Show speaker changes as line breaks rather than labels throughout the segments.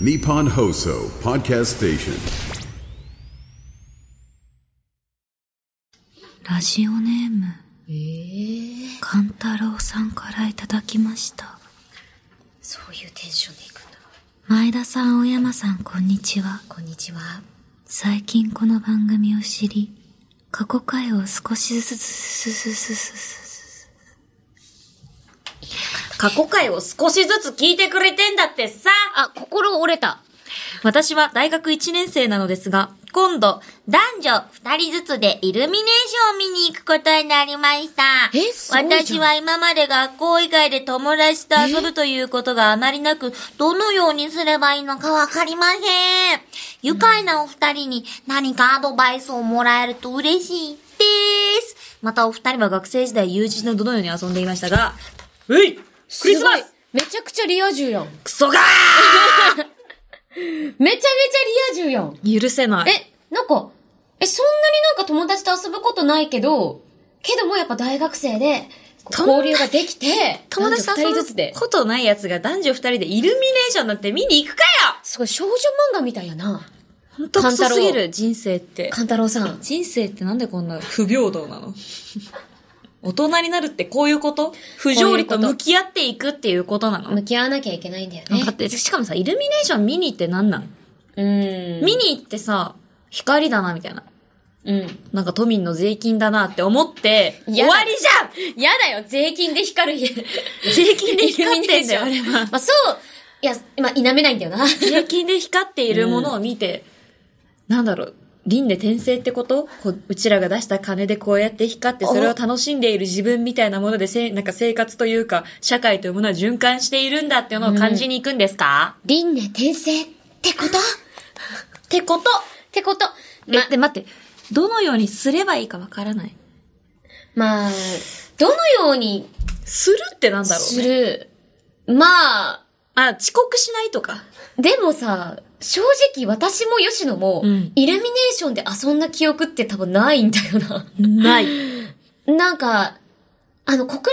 Nippon Hoso Podcast Station.
ラジオネーム、
ええ
勘太郎さんからいただきました。
そういうテンションでいくんだ。
前田さん、小山さん、こんにちは。
こんにちは。
最近この番組を知り、過去回を少しずつ、すすすすす
過去回を少しずつ聞いてくれてんだってさ
あ、心折れた。私は大学1年生なのですが、今度、男女2人ずつでイルミネーションを見に行くことになりました。
えすごいじゃん
私は今まで学校以外で友達と遊ぶということがあまりなく、どのようにすればいいのかわかりません。愉快なお二人に何かアドバイスをもらえると嬉しいです。またお二人は学生時代友人とどのように遊んでいましたが、うい
クリスマスめちゃくちゃリア充やん。
クソが
めちゃめちゃリア充やん。
ー許せない。
え、なんか、え、そんなになんか友達と遊ぶことないけど、けどもやっぱ大学生で、こう
友
交流ができて、
友達
男
と遊
女二人
ぶ
ずつで。
ことない奴が男女二人でイルミネーションなんて見に行くかよ
すごい少女漫画みたいやな。
ほ んとクソすぎる、人生って。
勘太郎さん。
人生ってなんでこんな不平等 なの大人になるってこういうこと不条理と向き合っていくっていうことなの
向き合わなきゃいけないんだよね
だ。って、しかもさ、イルミネーション見に行ってなんなん、
うーん。
見に行ってさ、光だな、みたいな。
うん。
なんか都民の税金だなって思って、終
やだ
わりじ ゃん
やだよ、税金で光 る日。
税金で光ってんだよ、あれは。
まあそう、いや、まあ否めないんだよな。
平均で光っているものを見て、なんだろう、輪廻転生ってことこううちらが出した金でこうやって光って、それを楽しんでいる自分みたいなものでせ、なんか生活というか、社会というものは循環しているんだっていうのを感じに行くんですか、
輪廻転生ってことってことってこと。ま、
で、待って、どのようにすればいいかわからない。
まあ、どのように
するってなんだろう、
す
ね。
る、まあ、
あ、遅刻しないとか。
でもさ、正直私も吉野も、
うん
イルミネーションで遊んだ記憶って多分ないんだよな。
ない。
なんか、あの、小倉にね、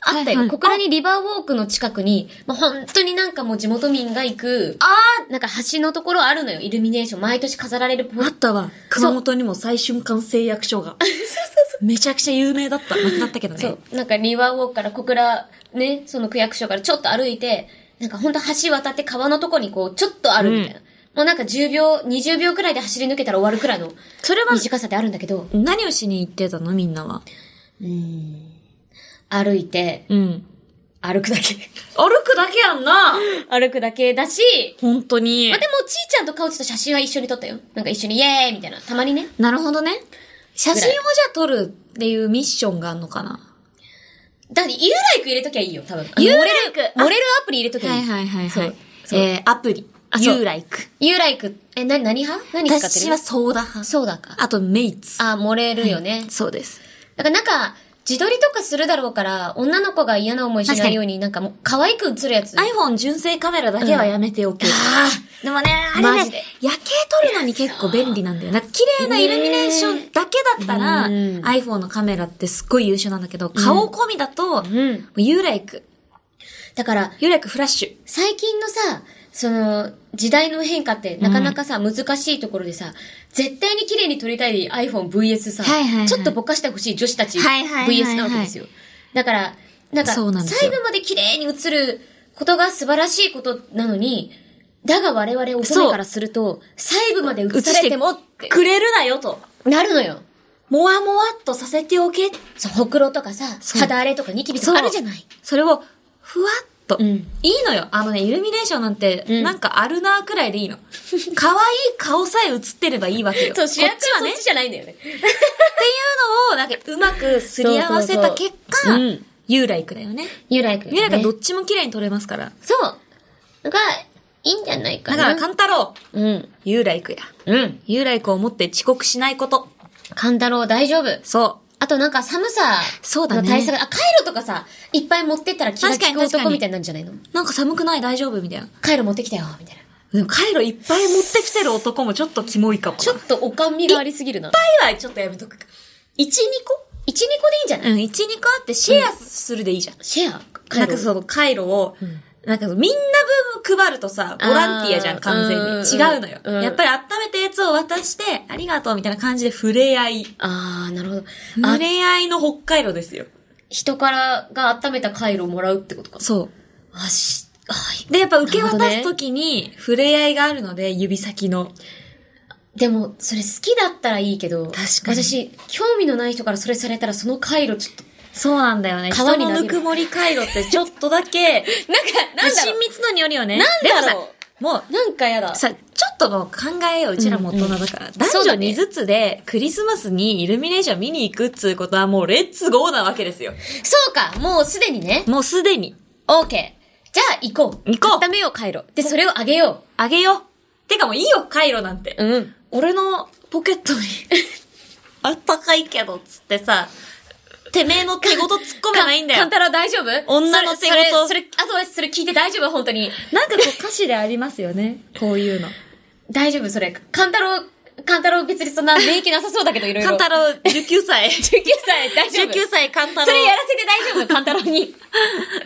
あったよ。
はいはい
小倉にリバーウォークの近くに、まあ、本当になんかもう地元民が行く、あなんか橋のところあるのよ、イルミネーション。毎年飾られるポイン
あ
ト
ったわ。熊本にも最瞬間製薬所 が。めちゃくちゃ有名だった。なくなったけどね。
そう。なんか、リワウォークから小倉、ね、その区役所からちょっと歩いて、なんかほんと橋渡って川のとこにこう、ちょっとあるみたいな。もうなんか10秒、20秒くらいで走り抜けたら終わるくらいの
それは、
短さであるんだけど、
何をしに行ってたのみんなは。
歩いて、
うん。
歩くだけ。
歩くだけやんな
歩くだけだし、
本当に
まあ、。でも、ちいちゃんとかおちと写真は一緒に撮ったよ。なんか一緒にイエーイみたいな。たまにね。
なるほどね。写真を
ぐ
じゃあ撮るっていうミッションがあるのかな
だって、ユーライク入れときゃいいよ、多分。あの
ユーライ
漏
ク
れる、漏れるアプリ入れときゃいい。
いはい
そうそう
えー、アプリ。
あそう
ユーライク。
ユーライク、え、な、何派何使ってる
私はソーダ派。
そうだか。
あと、メイツ。
あ、漏れるよね。
そうです。
だからなんか、自撮りとかするだろうから、女の子が嫌な思いし
確
な
か
い
に
ように、なんかもう、可愛く映るやつ。
iPhone 純正カメラだけはやめておけ。
でもね、マ
マ
ジ
ジ
で
で。。夜景撮るのに結構便利なんだよ。なんか綺麗なイルミネーションだけだったら、
ね
iPhone のカメラってすっごい優秀なんだけど、顔込みだと、
うん。
ユーライク。
だから、
ユーライクフラッシュ。
最近のさ、その、時代の変化って、なかなかさ、難しいところでさ、絶対に綺麗に撮りたい iPhoneVS さ、
はいはいはい
ちょっとぼかしてほしい女子たち、
はいはいはいはい
VS なわけですよ。だから、なんか、
そうなんですよ
細部まで綺麗に映ることが素晴らしいことなのに、だが我々乙女からすると、細部まで映
映
さ
し
れて
て
も
も
って、
くれるなよと。
なるのよ。
もわもわっとさせておけ。
そう、ほくろとかさ、
そう
肌荒れとかニキビとかあるじゃない。
それを、ふわっと。
うん
いいのよ。あのね、イルミネーションなんて、
うん
なんかあるなーくらいでいい の。可愛い顔さえ映ってればいいわけよ。
そう、主
こっ
役は
ちは
そ
ね。
っ
っ
ちじゃないんだよね。
ていうのを、なんかうまくすり合わせた結果
そうそうそううん、
ユーライクだよね。
ユーライク、
ユーライクはどっちも綺麗に撮れますから。
そう。が、いいんじゃないか
だか
な。
ら、カンタロウ、
うん。
ユーライクや。
うん。
ユーライクを持って遅刻しないこと。
勘太郎大丈夫。
そ
あとなんか寒さ
そうだ
の
ね
対策、あ、カイロとかさ、いっぱい持ってったら気が
確か
利
に
く
確かに
男みたいになるんじゃないの
う。なんか寒くない大丈夫みたいな。
カイロ持ってきたよ、みたいな。
でもカイロいっぱい持ってきてる男もちょっとキモいかもな。
ちょっとおかみがありすぎるな。
界隈ちょっとやめとくか。1、2個
1、2個でいいんじゃない
うん、1、2個あってシェアするでいいじゃん。
シェアカ
な
イ
ん
ロ
かその回路を、なんかみんな分配るとさ、ボランティアじゃ
あ
ん、
ー
完全に。
うんうん
違うのよ、
うん
やっぱり温めたやつを渡して、ありがとうみたいな感じで触れ合い。
あー、なるほど。あ
触、れ合いの北海道ですよ。
人からが温めた回路をもらうってことか。
そ
あし、はい。
う。で、やっぱ受け
なるほど
渡
ね
すときに、触れ合いがあるので、指先の。
でも、それ好きだったらいいけど、
確かに
私、興味のない人からそれされたら、その回路ちょっと、
そうなんだよね。人
川に投げ
の
る
ぬくもり回路ってちょっとだけ、
な んか、なんだろ
親密のによるよね。
なんだろう
でもさもう
う。なんかやだ。
さ、ちょっともう考えよう、うちらも大人だから。
そう
男
だ
女
ね
にずつで、クリスマスにイルミネーション見に行くっつうことはもう、レッツゴーなわけですよ。
そうか、もうすでにね。
もうすでに、
オーケー。じゃあ、行こう。
行こう
温めよう回路。で、それをあげよ
あげよう。てかもういいよ、カイロなんて。
う。うん。
俺のポケッ トに、あったかいけど、つってさ、てめえの手ごと突っ込めばいいんだ
か
よ
ん。たら大丈夫
女の手
それ
事
それ、それあとはそれ聞いて大丈夫本当に。
なんかこう歌詞でありますよね。こういうの。
大丈夫それ。かんたろう、かんたろう別にそんな免疫なさそうだけど、いろいろ。
カンタロウ、19歳。
19歳、大丈夫。
19歳、カンタロウ。
それやらせて大丈夫かんたろう に。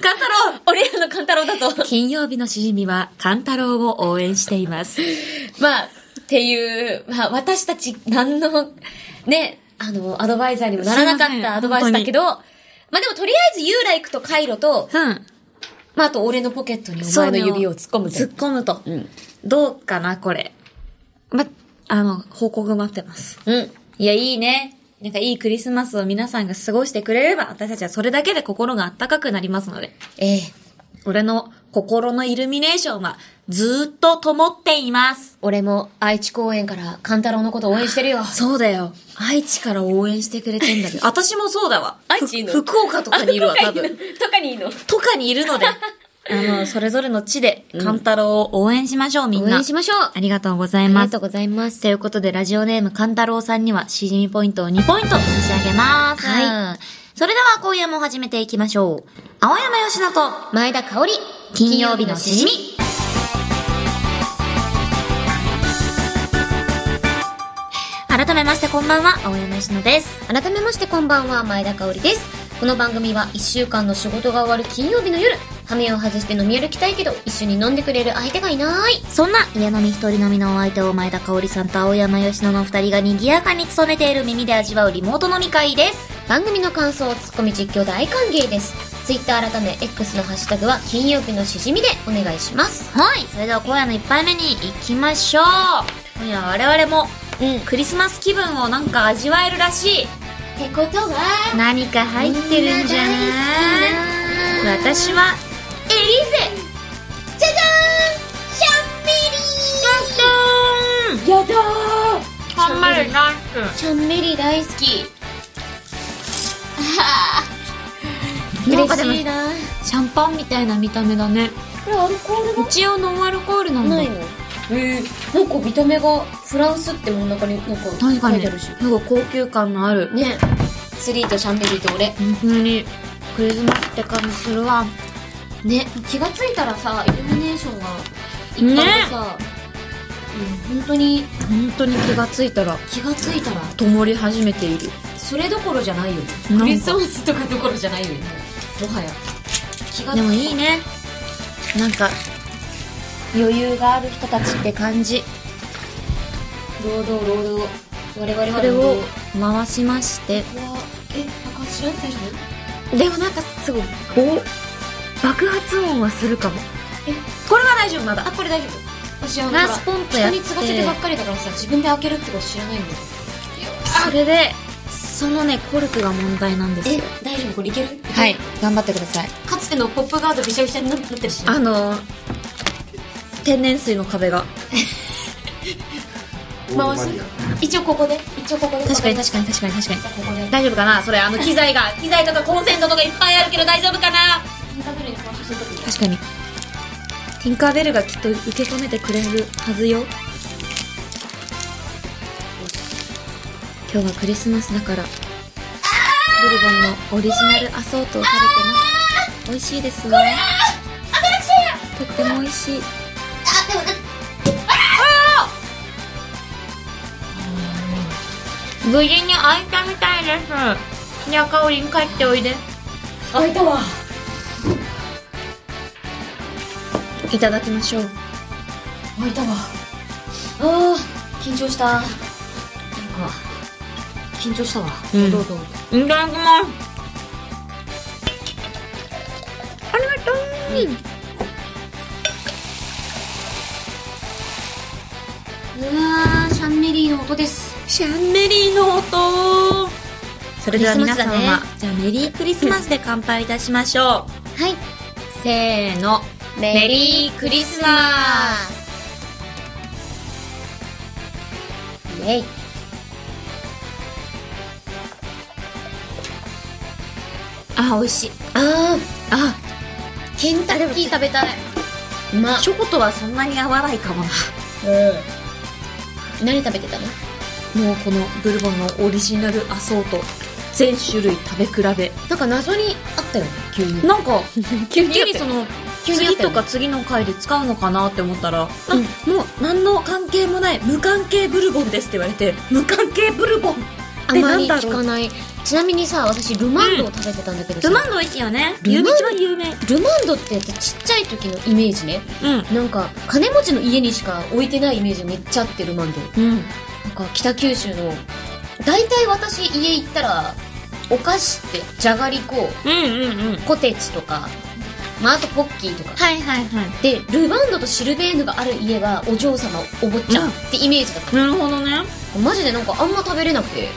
カンタロウ
俺らのかんたろうだと。
金曜日のしじみは、カンタロウを応援しています。
まあ、っていう、まあ、私たち、何の、ね、あの、アドバイザーにもならな
すい
かっ
ません
たアドバイスだけど、まあでも、とりあえず、ユーライクとカイロと、
うん。
まあ、あと、俺のポケットにお前の指を突っ込むぜ
突っ込むと。どうかな、これ。ま、あの、報告待ってます。
うん。
いや、いいね。なんかいいクリスマスを皆さんが過ごしてくれれば、私たちはそれだけで心が温かくなりますので、
ええ。
俺の心のイルミネーションはずーっと灯っています。
俺も、愛知公園から、カンタロウのこと応援してるよ。
そうだよ。愛知から応援してくれてんだ けど。私もそうだわ。
愛知いいの
ふ福岡とかにいるわ、多 分。。
とかにいいの。
とかにいるの で、あの、それぞれの地で、カンタロウを応援しましょう、みん
応
な。
援しましょう。あ
ありがとうござい
り
ま
が
す
とう。ございます。
ということで、ラジオネーム、カンタロウさんには、しじみポイントを2ポイント差し上げます。。
はい
それでは、今夜も始めていきましょう。青山よしのと、
前田香織、
金曜日のしじみ。改めまして、こんばんは、青山よしのです。
改めましてこんばんは、前田香織です。この番組は1週間の仕事が終わる金曜日の夜、羽目を外して飲み歩きたいけど、一緒に飲んでくれる相手がいない。
そんな、家飲み一人飲みのお相手を前田香織さんと青山よしのの二人が賑やかに務めている耳で味わうリモート飲み会です。
番組の感想、ツッコミ実況大歓迎です。Twitter 改め X のハッシュタグは金曜日のしじみでお願いします。
はい。それでは、今夜の一杯目に行きましょう。今夜は我々も、
うん。て
クリスマス気分をなんか味わえるらしい。
ことは、
何か入ってるんじゃ
みん
な
な
い
大好きな
私はエリ
じゃじゃーんシャンメリーやだー
ーゼ大好
シャンメリー大好き。あ
なんか
あ。
でも
嬉しいな。
きシャンパンみたいな見た目だね
これアルコールが
一応ノンアルコールなんだ
ないのえー、なんか見た目がフランスって真ん中になんか書
確か
い
に
てあ
なん
るし
か高級感のある
ねスリーとシャンベリーと俺
本当にクリスマスって感じするわ
ね気がついたらさイルミネーションがいっぱいでさ、うん、本当に
本当に気がついたら
気がついたら
灯り始めている
それどころじゃないよね
なんか
クリスマスとかどころじゃないよねもはや気が
でもいいねなんか余裕がある人たちって感じ
労働労働我々は
これ
労
を
働
回しまして
うわえ爆発しない大丈夫
でもなんかすごいぼ爆発音はするかも
え
これは大丈夫まだ
あこれ大丈夫私あの
ナー
ほら
スポンとやって
人に継がせてばっかりだからさ自分で開けるってこと知らないんだよ
それでそのねコルクが問題なんです
え
よ
大丈夫これいける
はい頑張ってください
かつてのポップガードびしゃびしゃになってるしね
あの天然水の壁が
回す一応ここで一応ここで
確かに
こ
確かに確かに確かに
こで
大丈夫かなそれあの機材が機材とかコンセントとかいっぱいあるけど大丈夫かな確かにティンカーベルがきっと受け止めてくれるはずよ今日はクリスマスだからブルボンのオリジナルアソートを食べてます美味しいですねとっても美味しい無事に開いたみたいですにゃかおりん帰っておいで
開いたわ
いただきましょう
開いたわあー緊張したなんか緊張したわ、
うん
どうぞ
いただきます。
うわーシャンメリーの音です
シャンメリーの音それでは
クリ
皆
スマ
さ
ス
ん
だね
は、じゃあメリークリスマスで乾杯いたしましょ
はい。
う。せーの、メリークリスマス
イェイ。
あ美味しい
あ
あ
ー、ケンタッキー食べたい。うまっ。
チョコとはそんなに合わないかもな。
何食べてたの
もうこのブルボンのオリジナルアソート全種類食べ比べ
なんか謎にあったよね、急に。
なんか、
急
てっきりその、
急にあっ
次
た
と
よね
か次の回で使うのかなって思ったら、なもう何の関係もない、無関係ブルボンですって言われて、無関係ブルボン
あ
で
まり
なんだ
聞
ろう
かない。ちなみにさ、私、ルマンドを食べてたんだけどさ、
ルマンド美味しいよね。
ルマ
ゆ
ン
う
ド
みちは有名。
ルマンドってちっちゃい時のイメージね。
うん。
なんか、金持ちの家にしか置いてないイメージめっちゃあって、ルマンド。
うん。
なんか、北九州の、大体私家行ったら、お菓子って、じゃがりこ、
うんうんうん。
ポテチとか、まあ、あとポッキーとか。
はいはいはい。
でルバンドとシルベーヌがある家はお嬢様お坊ちゃんってイメージだっ
なるほどね。
た、マジでなんかあんま食べれなくて、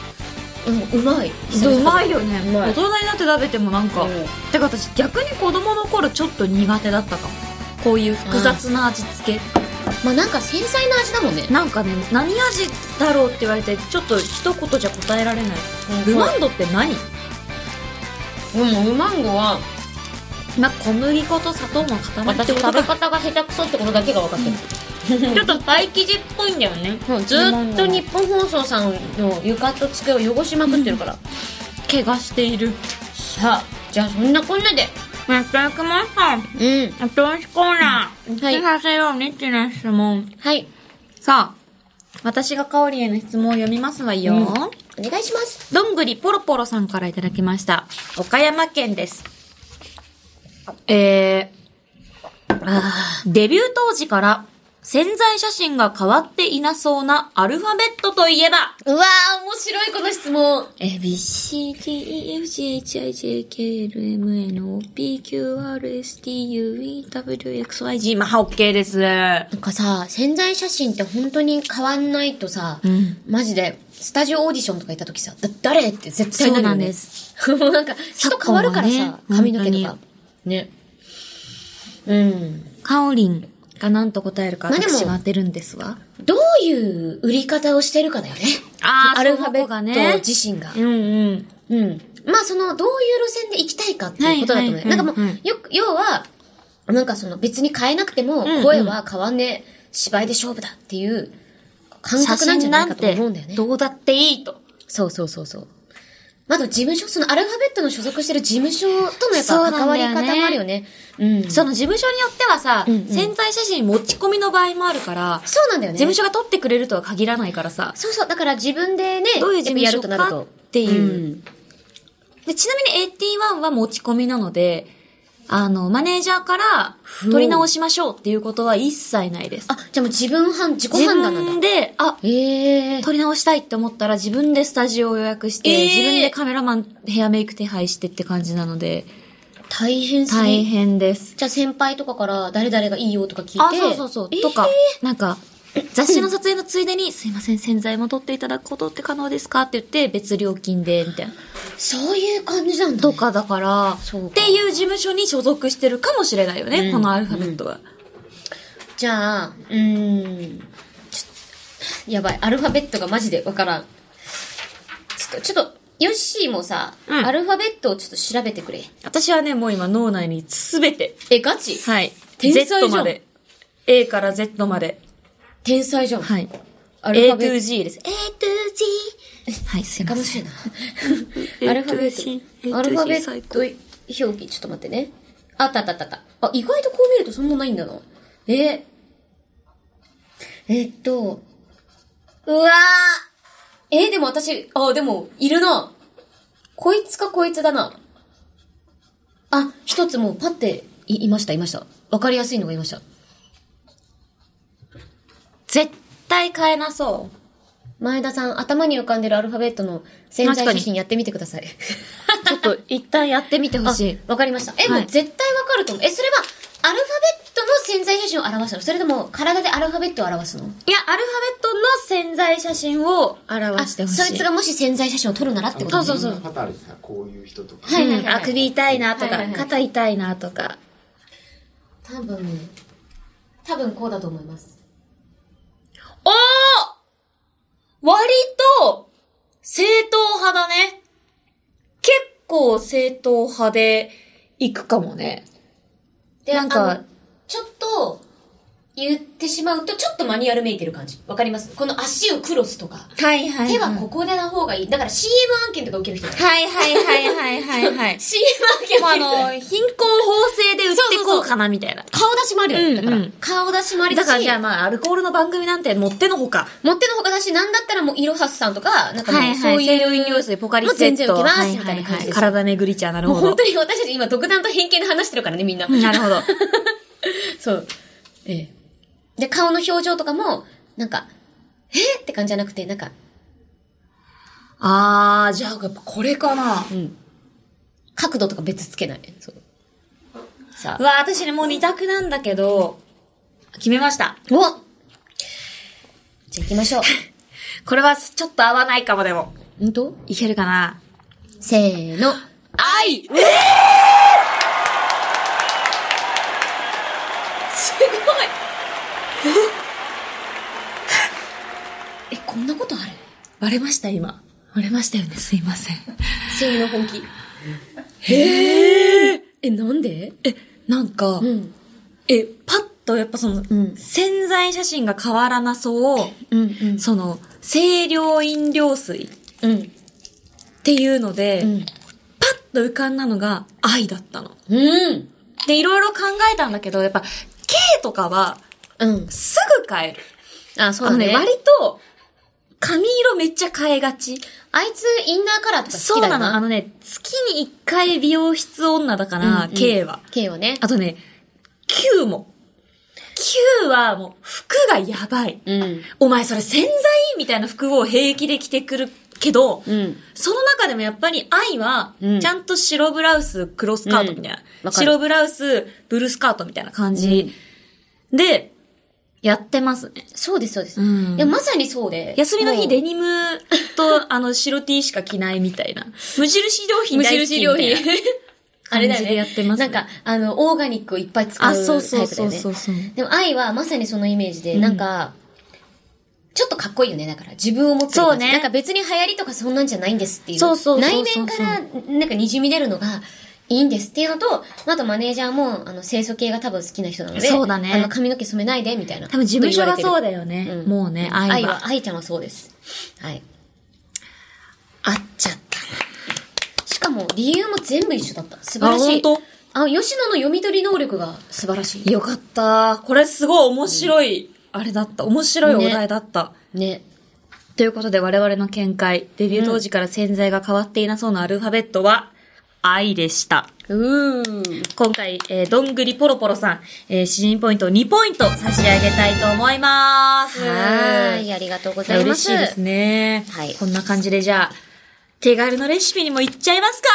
うん、うまい
そううまいよね
うまい
大人になって食べてもなんか、
うん
てか私逆に子供の頃ちょっと苦手だったかもこういう複雑な味付け、
まあなんか繊細な味だもんね
なんかね何味だろうって言われてちょっと一言じゃ答えられない、
うん
ルマンドって何
うんルマンドは
まあ小麦粉と砂糖の塊っ
私
てこと
食べ
か
方が下手くそってことだけが分かってる、
ちょっとパイ生地っぽいんだよね
もうずっと日本放送さんの床と机を汚しまくってるから、
怪我している
さあじゃあそんなこんなで
またいただきました
うん
後押しコーナー
はい
させようねってな質問
はい
さあ私が香りへの質問を読みますわよ、
お願いします
どんぐりぽろぽろさんからいただきました。岡山県です。えー、デビュー当時から潜在写真が変わっていなそうなアルファベットといえば、
うわー面白いこの質問
A, B, C, D, E, F, G, H, I, J, K, L, M, N, O, P, Q, R, S, T, U, V, W, X, Y, G。まあ、OK です。
なんかさ、潜在写真って本当に変わんないとさ、マジで、スタジオオーディションとか行った時さ、だ誰って絶対なるよ、ね、
す。
そうなんです。なんか、人変わるから
昨
さ
今はね、
髪の毛とか
本。
ね。うん。
カオリンが何と答えるか
まあでも
私は当てるんですわ。
どういう売り方をしてるかだよね。
あー
アルファベ
その子が
ッ
ね
ト自身が。
んうん。
うん。まあその、どういう路線で行きたいかっていうことだと思
は
う。
いは
ないん
は
か
い
もう、よく、要は、なんかその別に変えなくても
んうん、
声は変わんねえ、芝居で勝負だっていう感覚なんじゃないかと思うんだよね。
どうだっていいと。
そうそうそうそう。あと事務所、そのアルファベットの所属してる事務所とのやっぱ関わり方もあるよね。うん。
その事務所によってはさ、
うんうん
潜在写真持ち込みの場合もあるから、事
そうなんだよね。
務所が撮ってくれるとは限らないからさ、
そうそう。だから自分でね、
どういう事務
やっ
所
ぱや
か
るとなる
っ
と。
ていう。
ん
でちなみに81は持ち込みなので、あの、マネージャーから撮り直しましょうっていうことは一切ないです。
あ、じゃあもう自分判、自己
自
判断なんだ。
分で、あ、
ええ
撮り直したいって思ったら自分でスタジオを予約して、
えー
自分でカメラマン、ヘアメイク手配してって感じなので、
大変す
大
ぎ。
変です。
じゃあ先輩とかから誰々がいいよとか聞いて。
あ、そうそうそう。
えー
とか、なんか、雑誌の撮影のついでに、すいません、洗剤も取っていただくことって可能ですかって言って、別料金で、みたいな。
そういう感じなんだ、
と
ね。
かだから、
そう
っ
か
ていう事務所に所属してるかもしれないよね、
うん
このアルファベットは。
じゃあ、うーん。ちょやばい。アルファベットがマジでわからん。ちょっと、ちょっと、ヨッシーもさ、
うん
アルファベットをちょっと調べてくれ。
私はね、もう今脳内にすべて、
え、ガチ
はい。
天才じゃん
Z まで。A から Z まで。
天才じゃん。
はい。
アル
A
フ
to
ァベッ
G です。A to G。はい、すい
ト。
ま
かも
せん。
しれな。
A
アルファベ
to
ッ
G
ト。アルファベ
A to G 最
ッ
高
ト表記、ちょっと待ってね。ああったあったあったあった。あ、意外とこう見るとそんなないんだな。えーえっと、うわーえーでも私、あ、でも、いるな。こいつかこいつだな。あ、一つもうパってい、いました、いました。わかりやすいのがいました。
絶対買えなそ
前田さん、頭に浮かんでるアルファベットの潜在写真やってみてください。
う。ちょっと一旦やってみてほしい。
あわかりました。え、
はい
もう絶対わかると思う。え、それは、アルファベットの潜在写真を表すのそれとも、体でアルファベットを表すの
いや、アルファベットの潜在写真を
表してほしい。
そいつがもし潜在写真を撮るならってこ
そ
と
うそうそう
いろんなパターンあるじゃんこういう人とか。
はいはい
うん
はい。
あくび痛いなと
はいは
か
いは、い
肩痛いなとか。
多分、多分こうだと思います。
おー割と、正統派だね。結構正統派で行くかもね。
で、
なんか
あの、ちょっと、言ってしまうと、ちょっとマニュアルめいてる感じ。わかりますこの足をクロスとか。
はいは
手はここでな方がいい。だから CM 案件とか受 ける人だ。
はいはいはいはいはいはい。
CM 案件
もう
も
あ
あの、
の、貧困法制で売ってこうかなみたいな。
顔出しもあるよね。だから、
うんうん
顔出しもありだ
だ
し、
からじゃあまあ、アルコールの番組なんてもってのほか。
持ってのほかだし、なんだったらもう、イロハスさんとか、なんかもう、そういう、
清涼飲料水、ポカリスエット。
もう全然受けます、
はい
みたいな感じです。
体めぐりちゃなる
もう
ほど
本。当に私たち今、独断と偏見で話してるからね、みんな。
なるほ ど。
そう。ええ。で、顔の表情とかも、なんか、えって感じじゃなくて、なんか、
あー、じゃあやっぱこれかな。
角度とか別つけない。そう。さ
うわ、私ね、もう二択なんだけど、決めました。
あ。おじゃあ行きましょう。
これはちょっと合わないかもでも。
うんと
いけるかな
せーの。
愛すごい
え、こんなことある
バレました、今。バレましたよね、すいません。
声優の本気。えー、え、なんで
え、なんか、
うん。
え、パッとやっぱその、
ん
潜在写真が変わらなそう、
うん、うん。
その、清涼飲料水っ
うん。
ていうので、
うん
パッと浮かんだのが愛だったの。
うん。
で、いろいろ考えたんだけど、やっぱ、K とかは、
うん。
すぐ変える。
あ、そ
あ
う
の
だ
ね、
ね。
割と、髪色めっちゃ変えがち。
あいつ、インナーカラーとか
そ
好き
う
だ
な
よ
の。あ
な。
のね、月に一回美容室女だから、
うんうん
K は。
K はね。
あとね、Q も。Q はもう服がやばい。
うん。
お前それ潜在みたいな服を平気で着てくるけど、
うん。
その中でもやっぱり愛は、
うん
ちゃんと白ブラウス、黒スカートみたいな。
うんわかる
白ブラウス、ブルースカートみたいな感じ、で、やってますね。
そうです、そうです。
うん
いや、まさにそうで。
休みの
も
日
う
デニム と、あの、白 T しか着ないみたいな。無印良品
無
大好き
印
みた
良
い
品
な。。
あれだよ
感
ね。
じでやってます
な
ね
んか、あの、オーガニックをいっぱい使うタ
あ
イプだ
そ
よ
う
ね。
そうそうそうそう
でも愛はまさにそのイメージで、
うん
なんか、ちょっとかっこいいよね、だから。自分を持ってる感じ
そうね
なんか別に流行りとかそんなんじゃないんですっていう。
そうそうそうそう
内面から、なんか滲み出るのが、いいんですっていうのと、あとマネージャーも、あの、清楚系が多分好きな人なので、
そうだね
あの、髪の毛染めないで、みたいな。
多分事務所がそうだ
よ。
よね。
うん
もうね、愛は。
愛は、愛ちゃんはそうです。はい。
あっちゃった。
しかも、理由も全部一緒だった。素晴らしい。
あ本
あ、吉野の読み取り能力が素晴らしい。
よかった。これすごい面白い、あれだった。面白いお題だった。
ね。
ということで我々の見解、デビュー当時から潜在が変わっていなそうなアルファベットは、愛でした。
うーん。
今回、えーどんぐりポロポロさん、えー、詩人ポイント2ポイント差し上げたいと思います。
はーい、ありがとうございま
嬉
す。
しいですね。
はい
こんな感じでじゃあ、手軽のレシピにもいっちゃいますか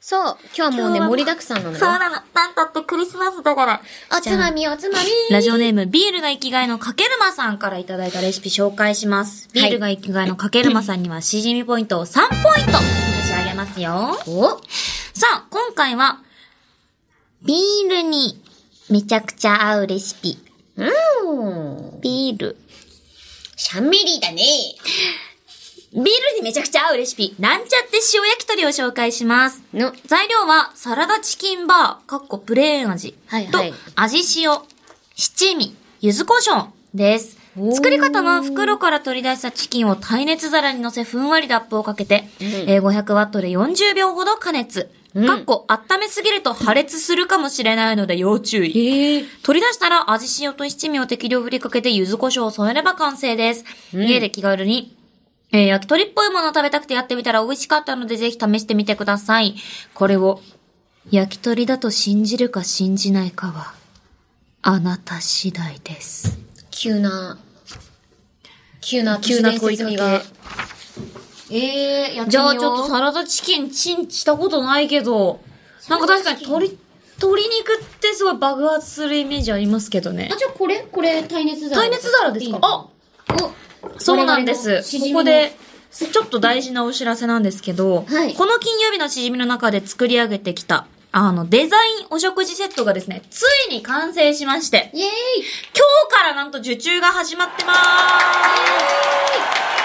そう、今日はもう
今
ね、
日は
盛りだくさんなのよ。
なの。なんたってクリスマスだから。
おつまみ、おつまみ。
ラジオネーム、ビールが生きがいのかけるまさんからいただいたレシピ紹介します。ビールが生きがいのかけるまさんには、しじみポイントを3ポイント差し上げますよ。
お
さあ、今回は、ビールにめちゃくちゃ合うレシピ。
うん。
ビール。
シャンメリーだね。
ビールにめちゃくちゃ合うレシピ。なんちゃって塩焼き鳥を紹介します。
の、
材料は、サラダチキンバー、かっこプレーン味。
はいはい
と、味塩、七味、柚子胡椒です。
おー
作り方は、袋から取り出したチキンを耐熱皿に乗せ、ふんわりラップをかけて、えー500ワットで40秒ほど加熱。
うん
かっこ、温めすぎると破裂するかもしれないので要注意。
ええ
取り出したら味塩と七味を適量振りかけて柚子胡椒を添えれば完成です。家で気軽に、えー焼き鳥っぽいものを食べたくてやってみたら美味しかったのでぜひ試してみてください。これを、焼き鳥だと信じるか信じないかは、あなた次第です。
急な急な、
急な恋かけ
都市伝説が。ええー、やってみよう。
じゃあちょっとサラダチキンチンしたことないけど、なんか確かに鶏、鶏肉ってすごい爆発するイメージありますけどね
あ、。じゃあこれこれ、耐熱皿。
耐熱皿ですかあ
お
そうなんです。ここ。
我々のしじみ
で、ちょっと大事なお知らせなんですけど、
はい
この金曜日のしじみの中で作り上げてきた、あの、デザインお食事セットがですね、ついに完成しまして、
イェー
今
イ
日からなんと受注が始まってます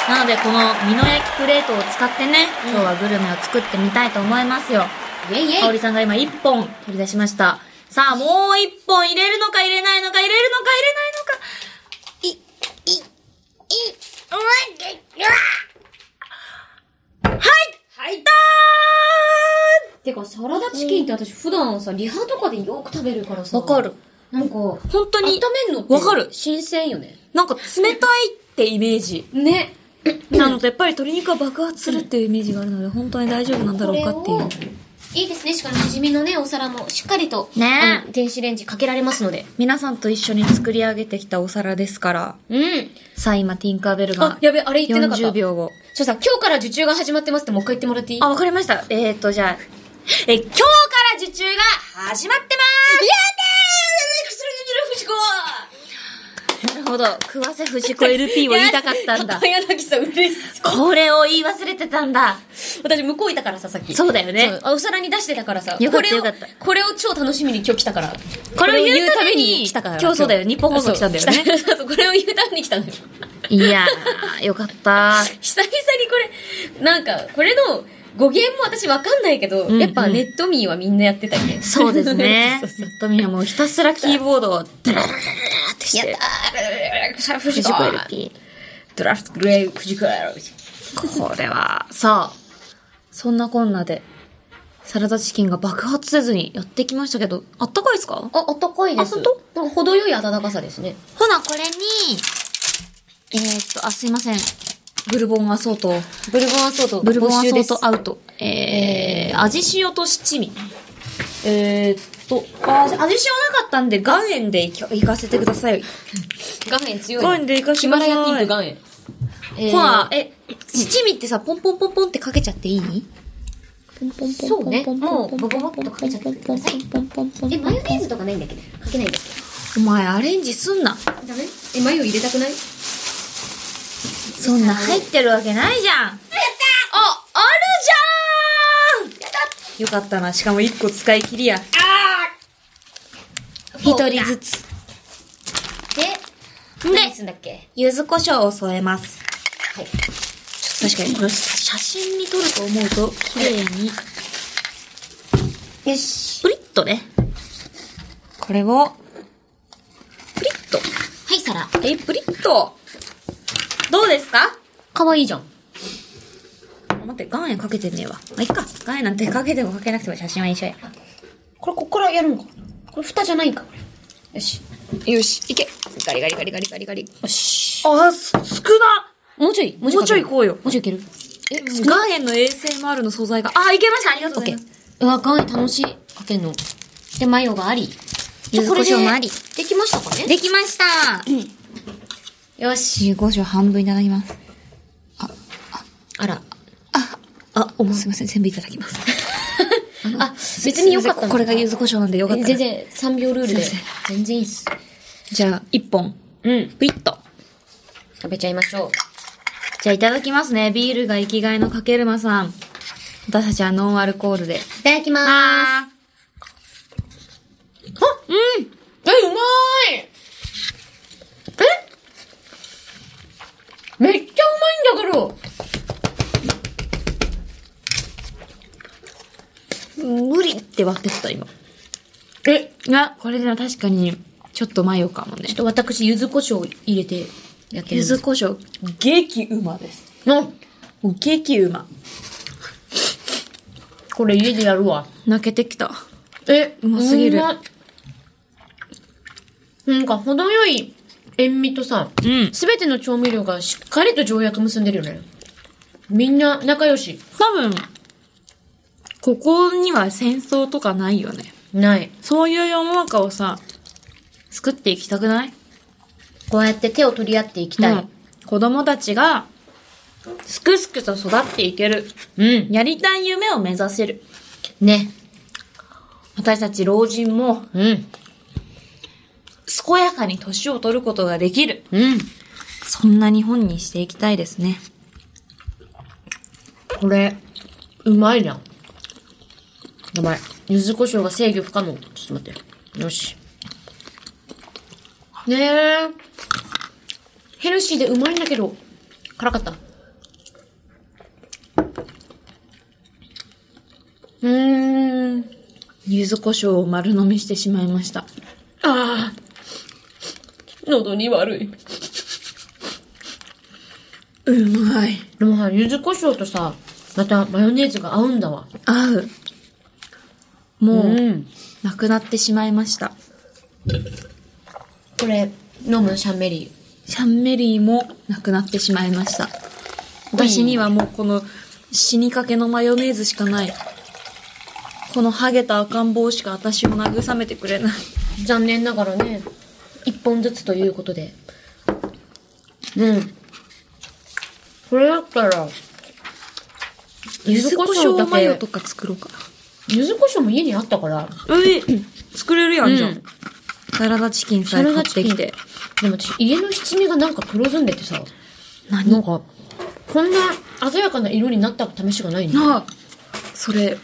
なので、この美濃焼きプレートを使ってね、今日はグルメを作ってみたいと思いますよ。
イェイイ
香
ェイ
織さんが今1本取り出しました。さあ、もう1本入れるのか入れないのか入れるのか入れないのか。い、い、い、うわうわはい入った
てか、サラダチキンって私普段さ、リハとかでよく食べるから
ー
さ。
わかる。。
なんか、温
本当に、
めんのって。
わかる
新鮮よね。
なんか冷たいってイメージ。
ね。
なので、やっぱり鶏肉は爆発するっていうイメージがあるので、本当に大丈夫なんだろうかっていう。
いいですね。しかも、しじみのね、お皿もしっかりと、
ね
あの電子レンジかけられますので。
皆さんと一緒に作り上げてきたお皿ですから、
うん。
さあ今、ティンカーベルが
あ、やべ、あれ言ってなかった。
40秒を。
ちょさ、今日から受注が始まってますってもう一回言ってもらっていい
あ、わかりました。えー、っと、じゃあ、え、今日から受注が始まってますやったー薬のなるほど。食わせ藤子 LP を言いたかったんだ。
柳さん嬉しそ
これを言い忘れてたんだ。
う。私向こういたからさ、さっき。
そうだよ
そう
ね。
あお皿に出してたからさ。
よかった
これを
よかった
これを超楽しみに今日来たから。
これを言うため
これを言うために
に、
来たから
今日そうだよ。日本放送来たんだよね。
そう来 たそうこれを言うために来たのよ。
いやー、よかった。
久々にこれ、なんか、これの語源も私わかんないけど、
んうん
やっぱネット民はみんなやってたよね。。
そうですね
そうそう
トミーはもうひたすらキーボードを、ドララララってし、
やってたーサラフジ
藤
コ
子 LP。
ドラフトグレイフジコやろ。
これは、さあ、そんなこんなで、サラダチキンが爆発せずにやってきましたけど、あったかいですか
あ、あったかいです。
あ本
当程よい暖かさですね。
ほな、これに、えー、っと、あ、すいません。ブルボンアソート、
ブルボンアソート。
ブルボンアソ
没収で
ー
す
トアウト、えー、味塩と七味。えー、っと、あ味塩なかったんで岩塩でいき行かせてください。
岩塩強い。
岩塩で行かせて
ヒ
くだ
マ
さ
ラ
い
ヤピンク岩塩。えー
ほら、え、七味ってさ、ポンポンポンポンってかけちゃっていい
そうね。もう、ボコボコっとかけちゃってください。え、マヨネーズとかないんだっけかけないんだっ
お前アレンジすんな。
けダメえ、マヨ入れたくない
そんな入ってるわけないじゃん。やったあ、あるじゃーんやったよかったな。しかも一個使い切りや。一人ずつ。
で、何すんだっけ
柚子胡椒を添えます。
はい。
確かに、これ写真に撮ると思うと、綺麗に、
よし。
プリッとね。これを、プリッと。
はい、皿。
え、プリッと。どうですか
かわいいじゃん。
あ待って、岩塩かけてねえわ。まあ、いっか。岩塩なんてかけてもかけなくても写真は一緒や。
これ、こっからやるのかこれ、蓋じゃないんか、これ。よし。よし、いけ。ガリガリガリガリガリガリ。よし。
あ、す、少な
もうちょい、も
もうちょいこうよ。
もうちょいいける
え、岩塩の衛生もあるの素材が。あ、いけましたありがとう
オ
ご
ッ
ざい
ケ
ま
ー
す。。
うわ、岩塩楽しい。かけんの。で、マヨがあり。じゃあこれで
柚子胡椒もあり
できましたかね
できました
よし。
十五章半分いただきます。
あら。
あ、おもすいません、全部いただきます。
あ、別によかったの
これが柚子胡椒なんでよかった
え
ら。
全然、3秒ルールで
そうで。
全然いいっす。
じゃあ、一本。
うん。
ピッと。
食べちゃいましょう。
じゃあ、いただきますね。ビールが生きがいのかけるまさん。私たちはノンアルコールで。
いただきまーす。
あ
え、うまーいえめっちゃうまいんだけど
ー、無理って割ってた、今。
え、
あ、これでは確かに、ちょっとマヨかもね
ちょっ。と私、柚子胡椒入れてやっ
柚
てるんです
子。胡椒、激うまです。
の
もう激うま。
これ家でやるわ。
泣けてきた。
え、う
ま過ぎる
まなんか、程よい塩味とさ、
ん
すべての調味料がしっかりと条約結んでるよね。みんな仲良し。
多分、ここには戦争とかないよね。
ない。
そういう世の中をさ、作っていきたくない
こうやって手を取り合っていきたい。
うんこ子供たちが、すくすくと育っていける。
うん。
やりたい夢を目指せる。
ね。
私たち老人も、
うん。
健やかに年を取ることができる。
うん。
そんな日本にしていきたいですね。
これ、うまいな。やばい。柚子胡椒が制御不可能。ちょっと待って。よし。ねえ。ヘルシーでうまいんだけど、辛かった。うーん。
柚子胡椒を丸飲みしてしまいました。
ああ。喉に悪い。
うまい。
でもさ、柚子胡椒とさ、またマヨネーズが合うんだわ。
合う。もう、
ん。
なくなってしまいました。
これ、飲むシャンメリ
シャンメリーもなくなってしまいました。私にはもうこの死にかけのマヨネーズしかない。このハゲた赤ん坊しか私を慰めてくれない。
ー。残念ながらね、一本ずつということで。うん。これだったら、柚
柚
子
子
胡
胡
椒だ
椒マヨ
け
と、か作ろうか
柚子胡椒も家にあったから、
な。うい作れるやんじゃん。
うん
サラダチキンさえ買ってきて。
でも私家の七味がなんか黒ずんでてさ、
何
なんか、こんな鮮やかな色になった試しがないね。
なあ、それ、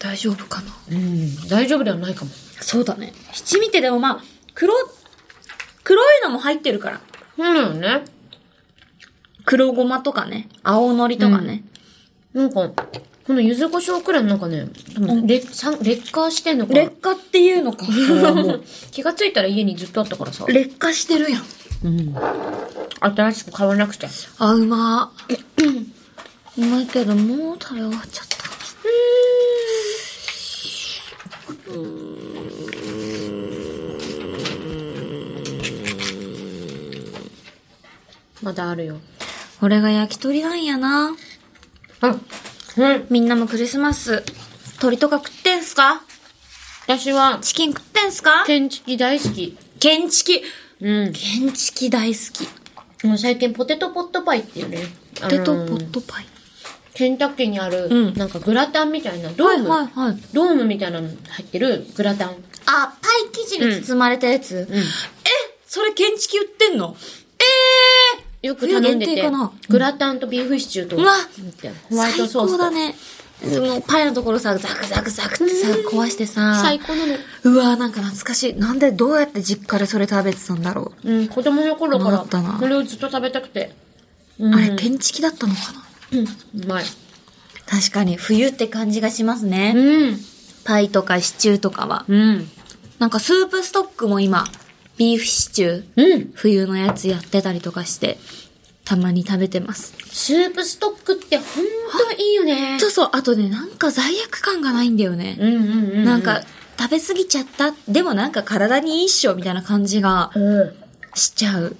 大丈夫かな
うん、大丈夫ではないかも。
そうだね。七味ってでもまあ、黒、黒いのも入ってるから。
そうだよね。
黒ごまとかね、青のりとかね。
なんか、この柚子胡椒くらいなんかね、多分劣酸劣化してんのかな
劣化っていうのか。
気がついたら家にずっとあったからさ、
劣化してるやん。
新しく買わなくちゃ。
あ、うまうまいけど、もう食べ終わっちゃった。
まだあるよ。
俺が焼き鳥なんやな。
あ、うん。
みんなもクリスマス、鳥とか食ってんすか
私は、
チキン食ってんすか
天チキ大好き。
建築
うん。
建築大好き。
もう最近ポテトポットパイっていうね。
ポテト
あのー
ポットパイ。
ケンタッキーにある、
うん
なんかグラタンみたいな、ドーム、
はいはいはい
ドームみたいなの入ってるグラタン。
あ、パイ生地に包まれたやつ。
うん。
えそれ建築売ってんのえ
よく頼んで
冬限定
て
かな、
グラタンとビーフシチューと、
うわ
ホワイトソース
最高
と。
だね。でもパイのところさ、ザクザクザクってさ、壊してさ。
最高なの。
うわなんか懐かしい。なんでどうやって実家でそれ食べてたんだろう。
うん、子供の頃か
なかった
ら
な、
これをずっと食べたくて。うん、
あれ、建築だったのかな
うまい。
確かに、冬って感じがしますね。
うん。
パイとかシチューとかは。
うん。
なんかスープストックも今、ビーフシチュー、
うん。
冬のやつやってたりとかして、たまに食べてます。
スープストックってほんといいよね。
そうそう、あとね、なんか罪悪感がないんだよね。
うんうんうん。
なんか、食べ過ぎちゃった。でもなんか体にいいっしょ、みたいな感じが
うん。
しちゃう。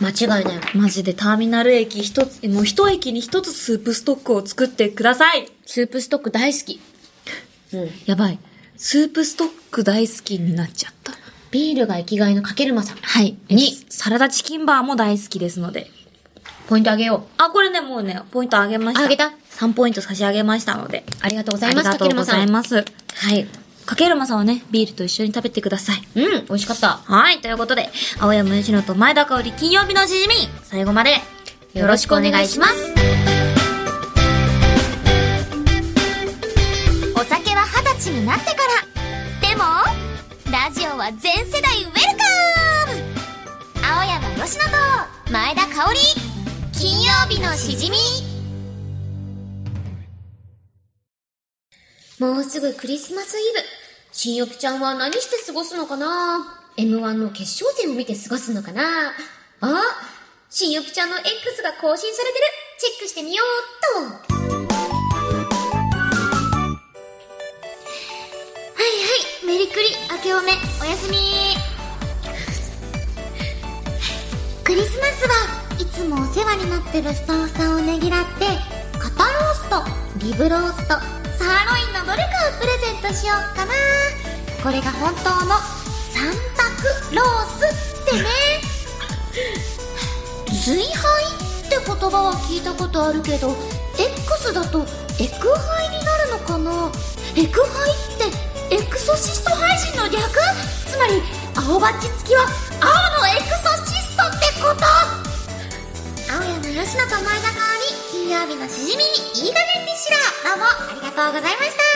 間違いない。
マジでターミナル駅一つ、もう一駅に一つスープストックを作ってください
スープストック大好き。うん。
やばい。スープストック大好きになっちゃった。
ビールが生きがいのかけるまさん。
はい。
に
サラダチキンバーも大好きですので。
ポイントあげよ
あ、これね、もうね、ポイントあげました。
あげた
?3 ポイント差し上げましたので。
う。ありがとうござ
あ
い
り
ます、
が
か
と
け
う
る
ご
まさ
ざい
ん。
ます。
はい。
かけるまさんはね、ビールと一緒に食べてください。
うん、美味しかった。
はい、ということで、青山吉野と前田香織金曜日のしじみ、最後までよろしくお願いします。
お酒は二十歳になってからでもラジオは全世代ウェルカム青山佳乃と前田香織金曜日のしじみ
もうすぐクリスマスイブ。新よちゃんは何して過ごすのかな ?M1 の決勝戦を見て過ごすのかなあ新よちゃんの X が更新されてるチェックしてみようっと
はいはいメリクリ明けおめおやすみクリスマスはいつもお世話になってるスタッフさんをねぎらって肩ローストリブローストサーロインのどれかをプレゼントしようかなこれが本当の三択ロースってね炊飯って言葉は聞いたことあるけど X だとエクハイになるのかなエクハイってエクソシスト配信の略つまり青バッチ付きは青のエクソシストってこと青山の吉野と前田香織金曜日のしじみにいい加減にしろどうもありがとうございました
お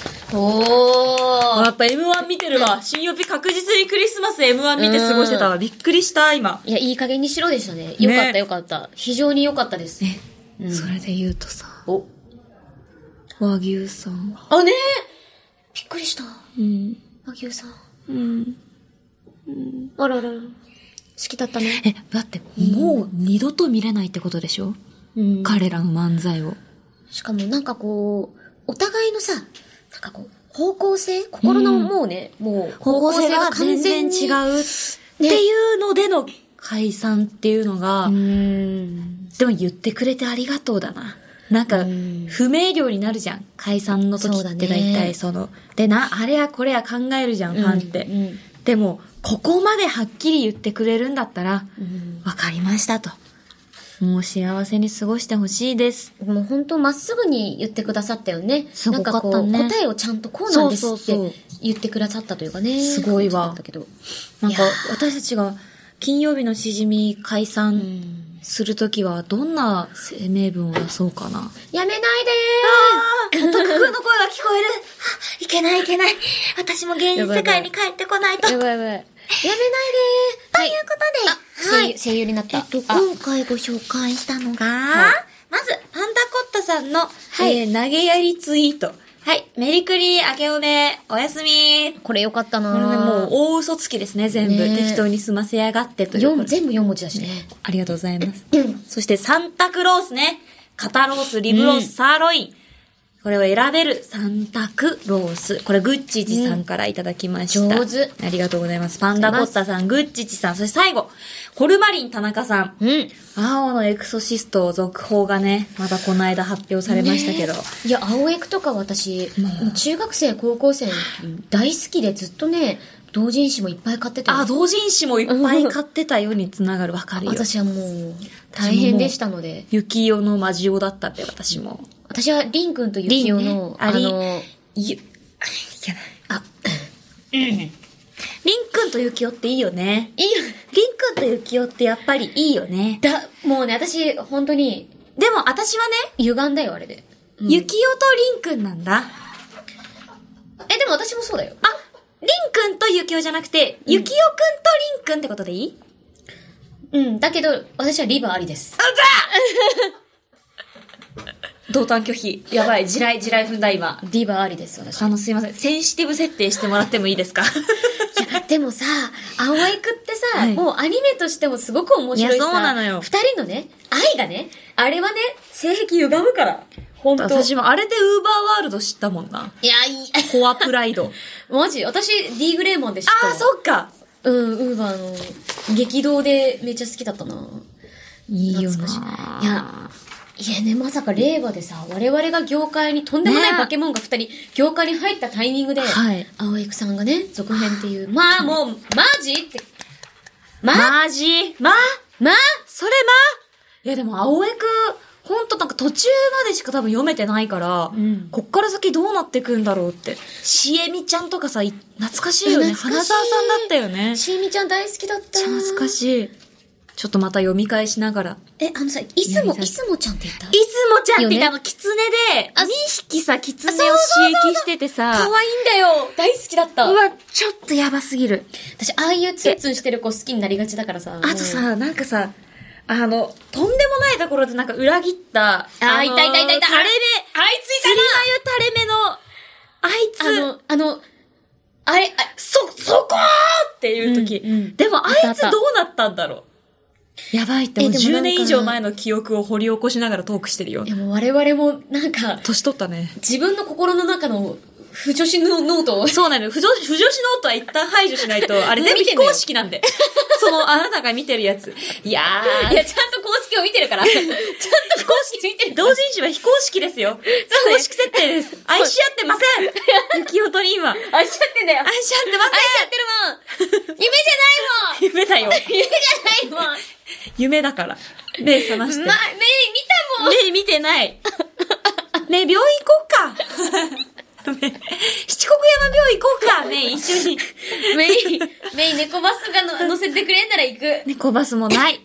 あ、
ー。
やっぱ M1 見てるわ。新曜日確実にクリスマス M1 見て過ごしてたわ。びっくりした、今。
いや、いい加減にしろでしたね。よかったよかった。非常によかったです。
それで言うとさ、
お。
和牛さん。
あ、ね
びっくりした。
うん。
和牛さん。
うん。
あらあら。好きだったね。
え、だって、もう二度と見れないってことでしょ、
うん
彼らの漫才を。
しかもなんかこう、お互いのさ、なんかこう、方向性心のもうね、もう、
方向性が
完
全然
全に
違うっていうのでの解散っていうのが、でも言ってくれてありがとうだな。なんか、不明瞭になるじゃん。解散の時
そうだ
って
ね
大体その、でな、あれやこれや考えるじゃん、ファンって。
うん
でも、ここまではっきり言ってくれるんだったら、わかりましたと。もう幸せに過ごしてほしいです。
もう本当まっすぐに言ってくださったよね。
すごかったね
なんかこう、答えをちゃんとこうなんです
そう
っ
そうそう
て言ってくださったというかね。
すごいわ
感じだったけど。
なんか
いや、
私たちが金曜日のしじみ解散するときは、どんな声明文を出そうかな。
やめないで
おたくくんの声が聞こえる。あ、いけないいけない。私も芸人世界に帰ってこないと。
ー
というこ
ばいやばい。やめないでーはい。
とで、
声
は
優、
い。
声優になった。
えっと、
あ
今回ご紹介したのが、まず、パンダコッタさんの、
はい、投げやりツイート。
はい、メリクリー、明けおめ、おやすみ。
これよかった
これね、も
な
う
ー
大嘘つきですね、全部。
ねえ
適当に済ませやがってというこ
四
とで。
全部4文字だしね。
ありがとうございます。そして、サンタクロースね。肩ロース、リブロース、
うん
サーロイン。これを選べるサンタクロース。これ、グッチジさんからいただきました。
うん上手
ありがとうございます。パンダコッタさん、グッチジさん。そして最後、ホルマリン田中さん。
うん。
青のエクソシスト続報がね、まだこの間発表されましたけど。
いや、青エクとか私、中学生、高校生、大好きでずっとね、同人誌もいっぱい買ってたよ
あ、同人誌もいっぱい買ってたようにつながる。わかるよ。
私はもう、大変でしたので。
雪夜のマジオだったって、私も。
私は、リン君とユキオの、
あ
あ
り、
の、
ゆ、いけない。
あ、
りんくんとゆきおっていいよね。
いいよ。
りんくんとゆきおってやっぱりいいよね。
だ、もうね、私、本当に、
でも私はね、
歪んだよ、あれで。
ゆきおとりんくんなんだ。あ、
え、でも私もそうだよ。
りんくんとゆきおじゃなくて、ゆきおくんとりんくんってことでいい
うん、だけど、私はリバーありです。
同担拒否。やばい、地雷、地雷踏んだ今。
リバーありです、私。い
あの、すいません。センシティブ設定してもらってもいいですか
や、でもさ、青エクってさ、
はい
もうアニメとしてもすごく面白いさ。
いやそうなのよ
二人のね、愛がね、あれはね、性癖歪むから。本当
私もあれでウーバーワールド知ったもんな。
いや、い い。
コアプライド。
マジ私、D グレーモンで知った
ああ、そうか。
ううん、ウーバーの、激動でめっちゃ好きだったな。
いいよ
懐かしい
な。
いや、いやね、まさか令和でさ、我々が業界に、とんでもない
ね
化け物が二人、業界に入ったタイミングで、
はい
青井さんがね、続編っていう、まあもう、マジって、まあ、
マジま
まあ、
それまいやでも、青江くん、ほんとなんか途中までしか多分読めてないから、
ん
こっから先どうなってくんだろうって。しえみちゃんとかさ、い懐かしいよね。
懐かしい
花沢さんだったよね。めっち
しみちゃん大好きだった。
ゃ懐かしい。ちょっとまた読み返しながら。
え、あのさ、いつも、
やりたい
いつもちゃんって言った
いつもちゃんって言っ
よね
たあの、狐で、2匹さ、狐を刺激しててさ、
可愛いんだよ大好きだった
うわ、ちょっとやばすぎる。
私、ああいうツンツンしてる子好きになりがちだからさ。
あとさ、なんかさ、あの、とんでもないところでなんか裏切った、あのー
いたいたいたいた
垂れ目、
あいついた
釣りまゆ垂れ目の、
も、
あいう
あの、あの、あれ、あ
つ、そ、そこーっていう時、
うんうん
でもあ
あ
い
っ
つ
たあ
ど
った
うなったんだろう。やばいって、
え
もう
でもな
10
んか
年以上前の記憶を掘り起こしながらトークしてるよ
い。やもう我々もなんか、
年取ったね。
自分の心の中の不女子のノートを。
そうなのよ。不女子、不女子ノートは一旦排除しないと、あれ全部非公式なんで。その、あなたが見てるやつ。いやー。
いや、ちゃんと公式を見てるから。ちゃんと公式見てる。
同人誌は非公式ですよ。非公式設定です。愛し合ってません雪男に今。愛し
愛しちゃってんだよ。
合ってま
愛しちゃってる もん。夢じ
せん夢だよ。
ゃないもん。夢じゃないもん。
夢だから。目覚まして。
ま、目見たもん。
目見てない。ね、病院行こっか。ね七国山病院行こうか。ね、一緒に。
メイ、メイ猫バスがの乗せてくれんなら行く。
猫バスもない。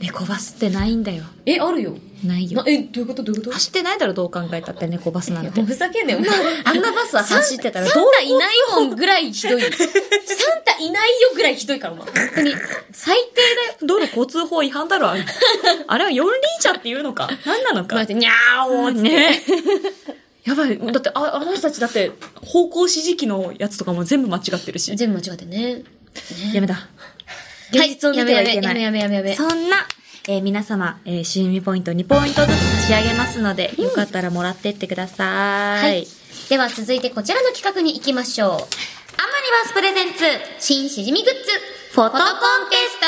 猫バスってないんだよ。
え、あるよ。
ない
な
よ。
え、どういうことどういうこと
走ってないだろ、どう考えたって猫バスなん て
ふ。ざけんなよ。
あんなバスは走ってたら、
サ
ど
ン
う
タいないもんぐらいひどい。サンタいないよぐらいひどいから、お前。本当に。最低だよ。
道路交通法違反だろ、あれ。 あれは四輪車っていうのか。何なのか。
にゃーおー
ね。 やばい。だって、あ、あの人たちだって、方向指示器のやつとかも全部間違ってるし。
全部間違ってね。
やめだ。現実を見てはいけない。
やめやめやめやめやめやめ
そんな、えー皆様、えー、しじみポイント2ポイントずつ差し上げますので、よかったらもらってってください。
はい。では続いてこちらの企画に行きましょう。アマリバスプレゼンツ、新しじみグッズ、フォトコンテス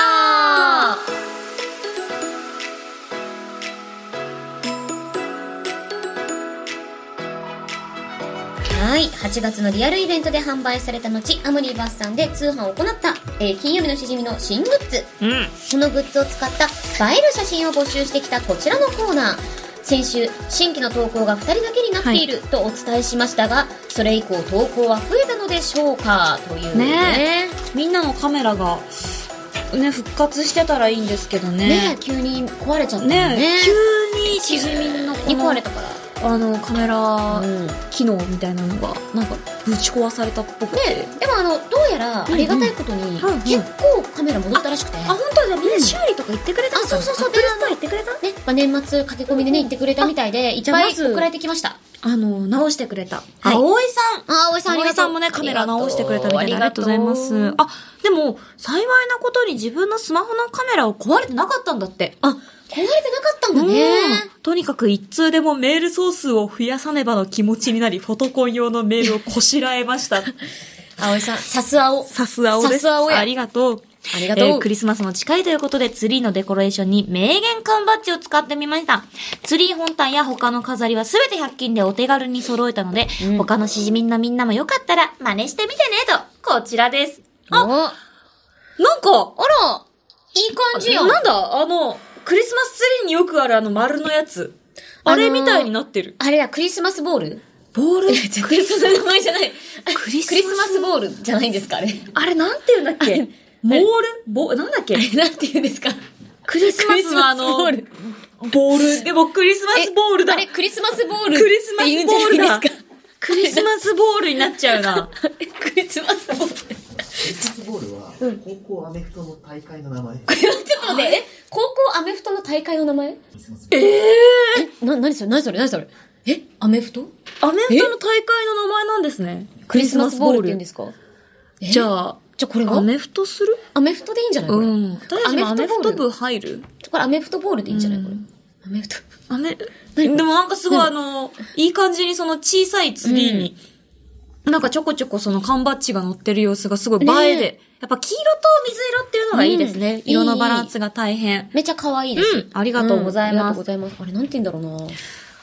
トはい。8月のリアルイベントで販売された後、アムリバスさんで通販を行った、えー金曜日のしじみの新グッズ。
うん。
このグッズを使った映える写真を募集してきたこちらのコーナー先週新規の投稿が2人だけになっているとお伝えしましたが、それ以降投稿は増えたのでしょうかというね
ねみんなのカメラが、ね、復活してたらいいんですけど
ね
ね。
急に壊れちゃった
ね
のね
急にしじみのこ
に壊れ
の、
たから
あの、カメラ
うん
機能みたいなのが、なんか、ぶち壊されたっぽくて。
でもあのどうやらありがたいことに、
うんうん
結構カメラ戻ったらしくて、
あ、本当だ、みんな修理とか言ってくれたのかな
あそうそうそう
アップルストア行ってくれた
ねまあ、年末駆け込みでね行ってくれたみたいでいっ
じゃあ
ぱい
まず
送られてきました
あの、直してくれた。
はい
葵さん。
あ葵さんありがと
葵さ
う
んもね、カメラ直してくれたみたいで
あ
あ
り
り
が
が
と
と
う
うございます。あ、でも、幸いなことに自分のスマホのカメラを壊れてなかったんだって。
あ壊れてなかったんだね、
うんとにかく一通でもメール総数を増やさねばの気持ちになり、フォトコン用のメールをこしらえました。
葵さんさす青
さす青です。
さす青や
ありがとう。
ありがとう
えークリスマスも近いということで、ツリーのデコレーションに名言缶バッジを使ってみました。ツリー本体や他の飾りはすべて100均でお手軽に揃えたので、他のしじみのみんなもよかったら真似してみてねと、こちらです。あ、
お
なんか、
あら、いい感じやん。
なんだ、あの、クリスマスツリーによくあるあの丸のやつ。
あ
あ
のー
れみたいになってる。
あれだ、クリスマスボール
ボール、
絶対その名前じゃない。
クリスマス
クリスマスボールじゃないんですか、あれ。
あれなんて言うんだっけモールボ、なんだっけ
なんて言うんですか。
クリスマスはあの、ボール。でもクリスマスボールだ。
あれ、クリスマスボール。
クリスマスボールだ
って言うんじゃないですか。
クリスマスボールになっちゃう な。
クリスマスボール。
スボールは、高校アメフトの大会の名前。
ちょっと待って、え高校アメフトの大会の名前えな、なにそれ何それ何それえアメフト
アメフトの大会の名前なんですね。
クリスマスボールって言うんですか
クリスマスボールじゃあ、
じゃあこれは
アメフトする
アメフトでいいんじゃないこ
う
れ。こ
ん。私たちもアメフト部入る
れアメフトボールでいいんじゃないこれ。アメフト。
アメ、でもなんかすごいあの、いい感じにその小さいツリーに、なんかちょこちょこその缶バッジが乗ってる様子がすごい映えで、やっぱ黄色と水色っていうのがいいですね。
うん
色のバランスが大変。
めちゃ可愛いです。
うんありがとうございます
んありがとうございます。あれ、なんて言うんだろうな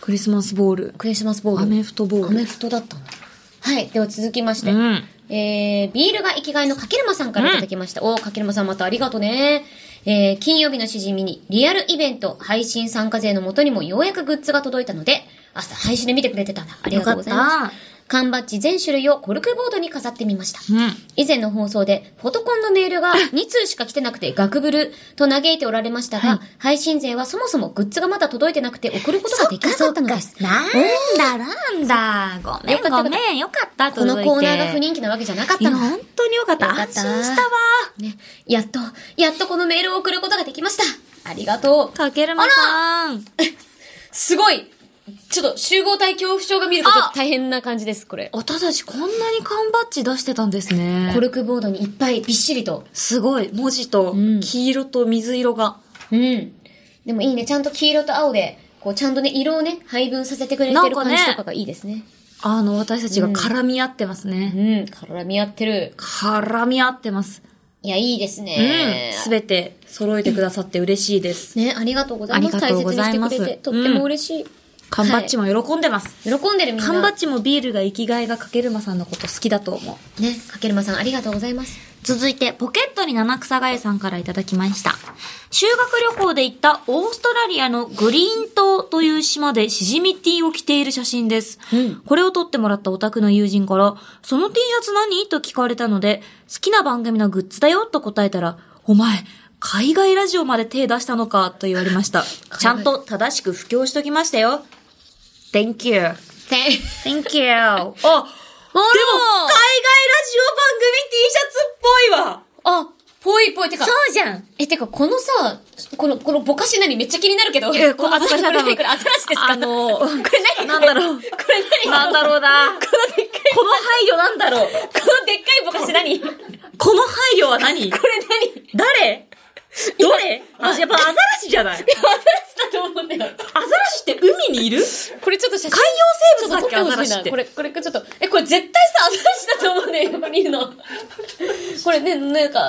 クリスマスボール。
クリスマスボール。
アメフトボール
アメフトだったんだ。はい。では続きまして。
うん
えー、ビールが生きがいのかけるまさんからいただきました。おー、かけるまさんまたありがとうね。えー、金曜日のしじみに、リアルイベント配信参加勢のもとにもようやくグッズが届いたので、朝配信で見てくれてたんだ。ありがとうござい
よか
ま
っ
す。缶バッジ全種類をコルクボードに飾ってみました。
うん
以前の放送で、フォトコンのメー ルが2通しか来てなくて、ガクブルと嘆いておられましたが、配信勢はそもそもグッズがまだ届いてなくて送ることができなかったのです。
なんだなんだ。ごめ
よかった
んごめん。よかった。
この
届いて
コーナーが不人気なわけじゃなかっ
い
た
や、
の。
本当によかった。
よかっ
安
た
心したわ。
ね、やっと、やっとこのメールを送ることができました。ありがとう。
かけるまさん。
すごいちょっと集合体恐怖症が見るとちょっと大変な感じです、これ。
私たちこんなに缶バッジ出してたんですね
コ。ルクボードにいっぱいびっしりと。
すごい。文字と
ん
黄色と水色が。
うん。でもいいね、ちゃんと黄色と青で、こうちゃんとね、色をね、配分させてくれて
なん
る
か
感
ね
じとかがいいですね。
あの、私たちが絡み合ってますね。
うん、絡み合ってる。
絡み合ってます。
いや、いいです
うん
ね。。
すべて揃えてくださって嬉しいです。
ね、ありがとうございます。
ありが
大
とう
切
ご
にし
ざ
て
い
く
ます
れて、とっても嬉しい。
缶バッチも喜んでます。
喜んでるみんな。
缶バッチもビールが生きがいがかけるまさんのこと好きだと思う。
ね、かけるまさんありがとうございます。
続いて、ポケットに七草がゆさんからいただきました。修学旅行で行ったオーストラリアのグリーン島という島でシジミ T を着ている写真です。これを撮ってもらったオタクの友人から、その T シャツ何と聞かれたので、好きな番組のグッズだよと答えたら、お前、海外ラジオまで手出したのかと言われました。ちゃんと正しく布教しときましたよ。Thank you.
せ
Thank you. あ、でも、海外ラジオ番組 T シャツっぽいわ
あ、ぽいぽい。てか、
そうじゃん。
え、てか、このさ、この、このぼかし何めっちゃ気になるけど。
えこのぼかしは多分
これアザラシですか
あの
これ何
なんだろう
これ何
なんだろうな。このでっかい。この配慮なんだろう。
このでっかいぼかし何これ
この配慮は何
何
誰どれあ、やっぱアザラシじゃない
アザラシだと思うんだよ。
アザラシって海にいる
これちょっと写真。
海洋生物だっけ
ちょと撮
アザラシ
ほしいな
って
これ、これちょっと、え、これ絶対さ、アザラシだと思うんだよ、横にいる の。これね、なんか、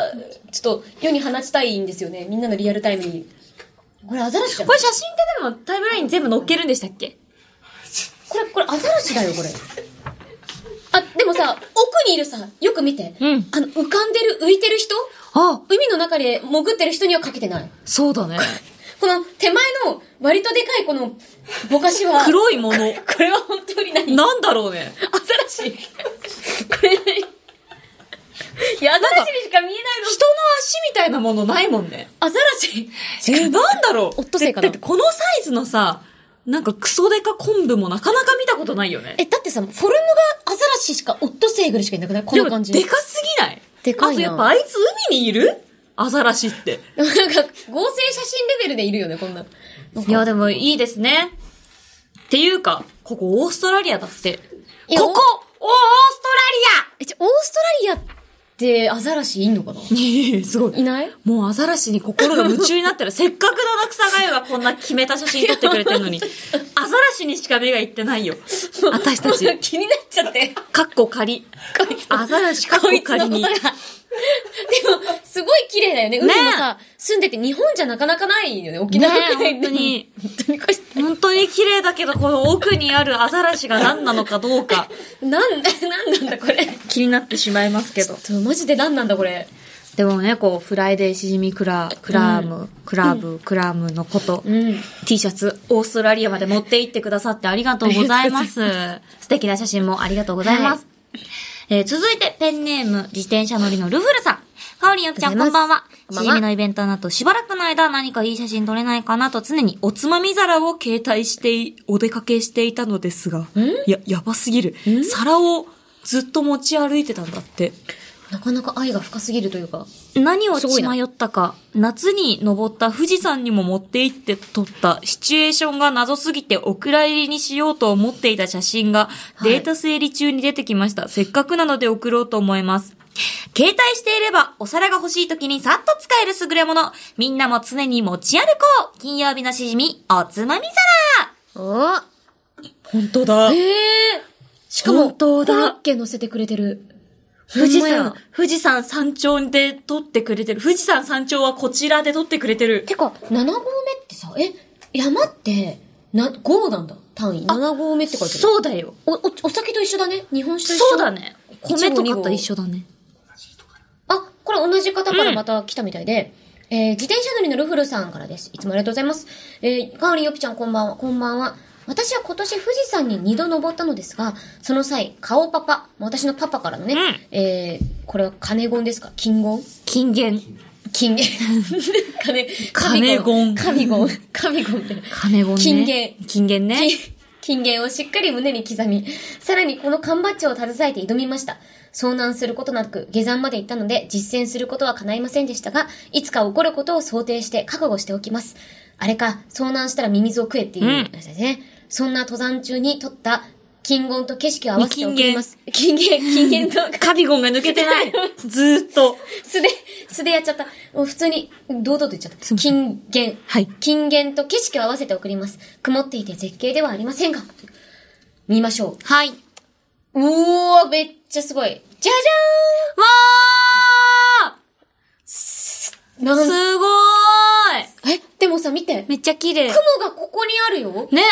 ちょっと、世に放ちたいんですよね。みんなのリアルタイムに。これアザラシじゃん。
こ
こ
れ写真ってでもタイムラインに全部載っけるんでしたっけ
れ、これアザラシだよ、これ。あ、でもさ、奥にいるさ、よく見て。
うん
あの、浮かんでる、浮いてる人
あ、
海の中で潜ってる人にはかけてない。
そうだね。
この手前の割とでかいこのぼかしは、
黒いもの。
これは本当に何
なんだろうね。
アザラシこれ何いや、アザラシにしか見えないの。
人の足みたいなものないもんね。
アザラシ
えー、なんだろう
オットセイかな
だってこのサイズのさ、なんかクソデカ昆布もなかなか見たことないよね。
え、だってさ、フォルムがアザラシしか、オットセイぐらいしかいなくないこ
で
の
も
感じ。
でかすぎない
でか
あ
いな
とやっぱあいつ海にいるアザラシって。
なんか、合成写真レベルでいるよね、こんな。
いや、でもいいですね。っていうか、ここオーストラリアだって。
いや
ここオース
え、ちょ、オーストラリアってアザラシいんのか
ト
な
ラリ アすご
い
い。
ない
もうアザラシに心が夢中にな ったら、せっかく七草がゆがこんな決めた写真撮ってくれてるのに、アザラシにしか目がいってない よ。私たち。
気になっちゃって。
かっこ仮。アザラシかっこ
こいつの
仮
ことが。
に
で。も、すごい綺麗だよね。海もさ、住んでて日本じゃなかなかないよね、沖
ね
縄
え、
くらい
本当。に。
本当にこれ
本当に綺麗だけど、この奥にあるアザラシが何なのかどうか、
なん だ、なんなんだこれ。
気になってしまいますけど。
ちょマジでなんなんだこれ。
でもね、こう、フライデーしじみクラ、クラーム、クラブ、クラームのこと、
ん
T シャツ、オーストラリアまで持って行ってくださってありがとうございます。素敵な写真もありがとうございます。えー続いて、ペンネーム、自転車乗りのルフルさん。かおりんよきちゃん、こんばんは。
こんば
し
んは
じみのイベントの後、しばらくの間、何かいい写真撮れないかなと常におつまみ皿を携帯してい、お出かけしていたのですが、いや、やばすぎる。皿をずっと持ち歩いてたんだって。
なかなか愛が深すぎるというか。
何を
すご
血
いな
迷ったか、夏に登った富士山にも持って行って撮ったシチュエーションが謎すぎてお蔵入りにしようと思っていた写真が
い
データ整理中に出てきました。せっかくなので送ろうと思います。携帯していればお皿が欲しい時にさっと使える優れもの。みんなも常に持ち歩こう金曜日のしじみ、おつまみ皿
お
本当だ
ええしかも、
本当だ
コロッケ乗せてくれてる。
富士
ほんま
山
や、
富士山山頂で撮ってくれてる。富士山山頂はこちらで撮ってくれてる。
てか、7合目ってさ、え、山って、な、合なんだ。単位。7合目って書いてある。う。
そうだよ。
お、お、お酒と一緒だね。日本酒と一緒。
そうだ。ね。
米
米
と
と
か
か
と
と
一
一
緒
緒だね。
あ、これ同じ方からまた来たみたいで、えー自転車乗りのルフルさんからです。いつもありがとうございます。えー、かおりんよきちゃんこんばんは、こんばんは。私は今年富士山に二度登ったのですが、その際、顔パパ、私のパパからのね、えー、これは金言ですか金言
金言。
金言。金、
金言
神言。神言みたいな。
金言ね。
金言。
金言ね。
金言をしっかり胸に刻み、さらにこの缶バッジを携えて挑みました。遭難することなく下山まで行ったので実践することは叶いませんでしたが、いつか起こることを想定して覚悟しておきます。あれか、遭難したらミミズを食えっていうやつですね。そんな登山中に撮った金言と景色を合わせておきます。金言、金言と
カビゴンが抜けてない。 ずーっと。
素で、素でやっちゃった。もう普通に、堂々と言っちゃった。金言。
はい
金言と景色を合わせて送ります。曇っていて絶景ではありませんが。見ましょう。
はい。
うおー、めっちゃすごい。じゃ
わー
じゃーんなん、
すごーい
え、でもさ、見て。
めっちゃ綺麗。ね、
雲がここにあるよ。
同じ目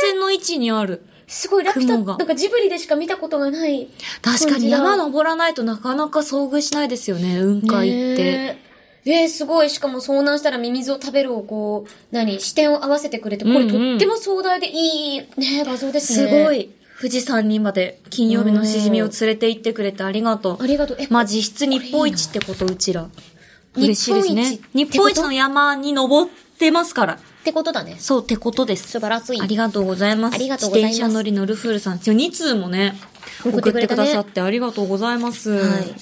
線の位置にある。
すごい、ラピュタ、
雲
な
が
んかジブリでしか見たことがない。
確か
感じ
に
だ
山登らないとなかなか遭遇しないですよね、雲海って。
ねえ。えーすごい。しかも遭難したらミミズを食べるをこう、何、視点を合わせてくれて、こ
う
れ
んうん
とっても壮大でいい、ね、画像です
す
ね。
ご。い。富士山にまで金曜日のしじみを連れて行ってくれてありがとう。
ありがとう。え、
まあ、実質日本一ってこと、うちら。
日本一
嬉しいです
って
ね
こと。
日本一の山に登ってますから。
ってことだね。
そうってことです。
素晴らしい
ありがとうございます。
ありがとうございます
自転車乗りのルフールさん。今日2通もね、
送
送って
っ
て
くれた
く
ね
ださってありがとうございます。
はい。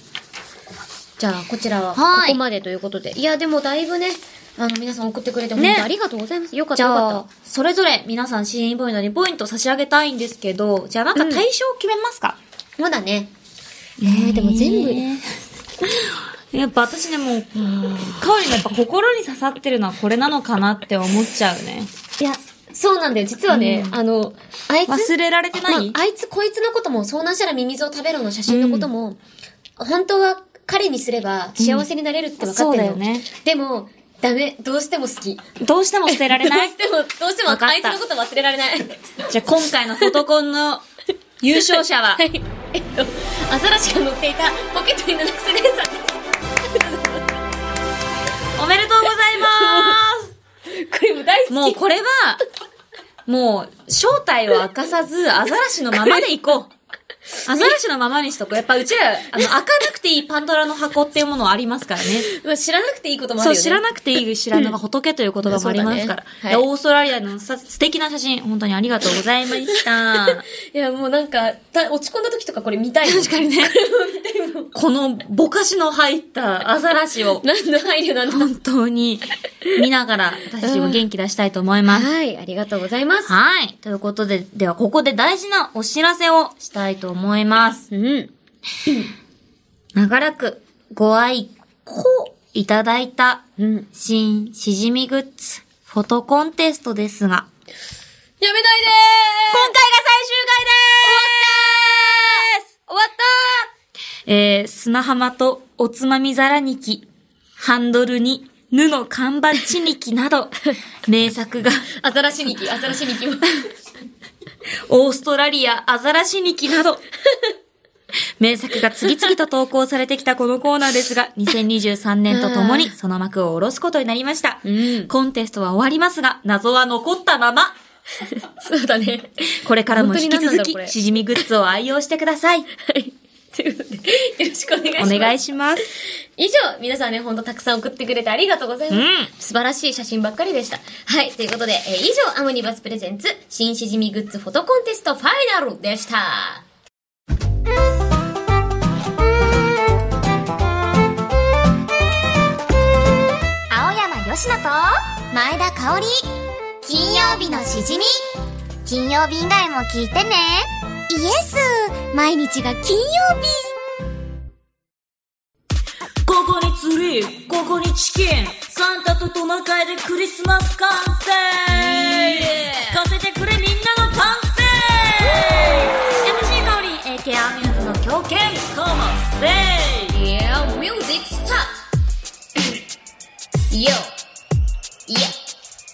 じゃあ、こちらは、こ
はい
こまでということで。い、や、でもだいぶね、あの、皆さん送ってくれて、本当ありがとうございます。よかっ
じ
た、よか
ゃあ
っ、
それぞれ皆さん CN ポイント2ポイント差し上げたいんですけど、じゃあなんか対象を決めますか、
た。まだね。ねえ、でも全部、
やっぱ私ね、もう、香りのやっぱ心に刺さってるのはこれなのかなって思っちゃうね。
いや、そうなんだよ。実はね、あの、あいつ、
忘れられてない、
まあ、あいつ、こいつのことも、遭難したらミミズを食べるの写真のことも、本当は彼にすれば幸せになれるって分かってるの、
うんそうだよね。
でも、ダメ、どうしても好き。
どうしても捨てられ ない
どうしても、どうしても
分かった
あいつのこと忘れられない。
じゃあ今回のフォトコンの優勝者 は、
はい。えっと、アザラシが乗っていたポケットに七草姉さんです。
おめでとうございます
これも大好き。
もうこれは、もう、正体を明かさず、アザラシのままでい こう。アザラシのままにしとこう。やっぱうちら、あの、開かなくていいパンドラの箱っていうものありますからね。
まあ知らなくていいこともある
そ
よ
う、
ね。
知らなくていい知らぬが仏という言葉もありますから。
そうだねはい
でオーストラリアのさ素敵な写真、本当にありがとうございました。
いや、もうなんか、た落ち込んだ時とかこれ見たい。確かにね。
このぼかしの入ったアザラシを、
何の配慮 なんだ。
本当に見ながら私たちも元気出したいと思います。
はい、ありがとうございます。
はい。ということで、ではここで大事なお知らせをしたいと思います。
うん。
長らくご愛顧いただいた
うん。
新しじみグッズフォトコンテストですが、
やめないで
今回が最終回でーす終わったーえー、砂浜とおつまみ皿にき、ハンドルに、布の缶バッチにきな ど、名作が、
ーアザラシニキ、アザラシニキも。
オーストラリア、アザラシニキなど、 名作が次々と投稿されてきたこのコーナーです が、2023年とともにその幕を下ろすことになりました。
うん
コンテストは終わりますが、謎は残ったまま。
そうだね。
これからも引き
本当に何なん
続
だこれ
き、しじみグッズを愛用してください。
ということで、よろしくお願いします。
お願いします。
以上、皆さんね、ほんとたくさん送ってくれてありがとうございます。
うん
素晴らしい写真ばっかりでした。はい、ということで、えー以上、アムニバスプレゼンツ、新しじみグッズフォトコンテストファイナルでした。
青山よしと前田香織金曜日のしじみ金曜日以外も聞いてねイエス毎日が金曜日
ここにツリー、ここにチキン、サンタとトナカイでクリスマス完成聞かせてくれみんなの歓声 !MC 香り、AK アミューズの狂犬、コモセイ
Yeah, music start! Yo! Yeah!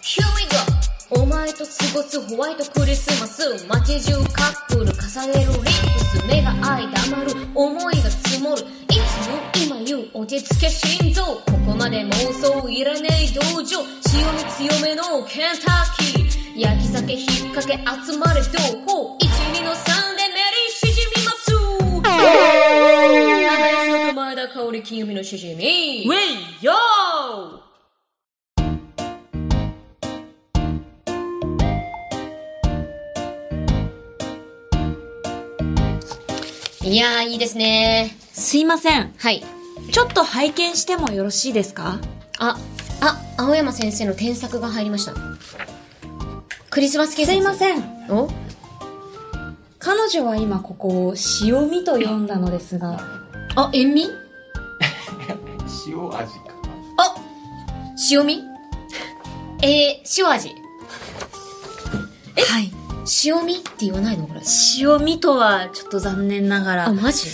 Here we go! お前と過ごすホワイトクリスマス街中カップル重ねるリップス目が開いて余る思いが積もるいつも今言う落ち着け心臓ここまで妄想いらねえ道場塩味強めのケンタッキー焼き酒引っ掛け集まれ同行12の3でメリーしじみます長井前田香織金曜日のしじみ
ウェイヨ
いやーいいですね
ーすいません。
はい
ちょっと拝見してもよろしいですか
ああ青山先生の添削が入りましたクリスマスケース
すいま
ん
せん。
お
彼女は今ここを塩味と読んだのですが、
あ塩味
塩味か
あ 塩味えー、塩味
はい。
塩味って言わないのこれ。
塩味とはちょっと残念なが
あ、
ら
マジ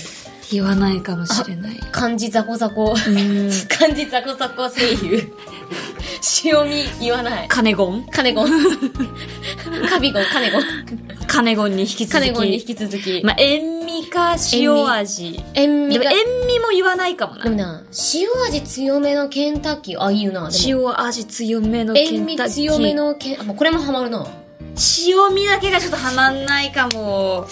言わないかもしれない。
漢字ザコザコ。 漢字ザコザコ声優。塩味言わない。
カネゴン
カネゴン。 カビゴン、カネゴン。
カネゴンに引き続き。
カネゴンに引き続き。
まあ、塩味か塩味。
塩味
でも
が。
塩味も言わないかも
でも
な。
な、塩味強めのケンタッキー、あ、いいよな。でも
塩味強めのケ
塩
ンタッキー。
味強め。のケン、あ、もうこれもハマるな。
塩味だけがちょっとはまんないかも。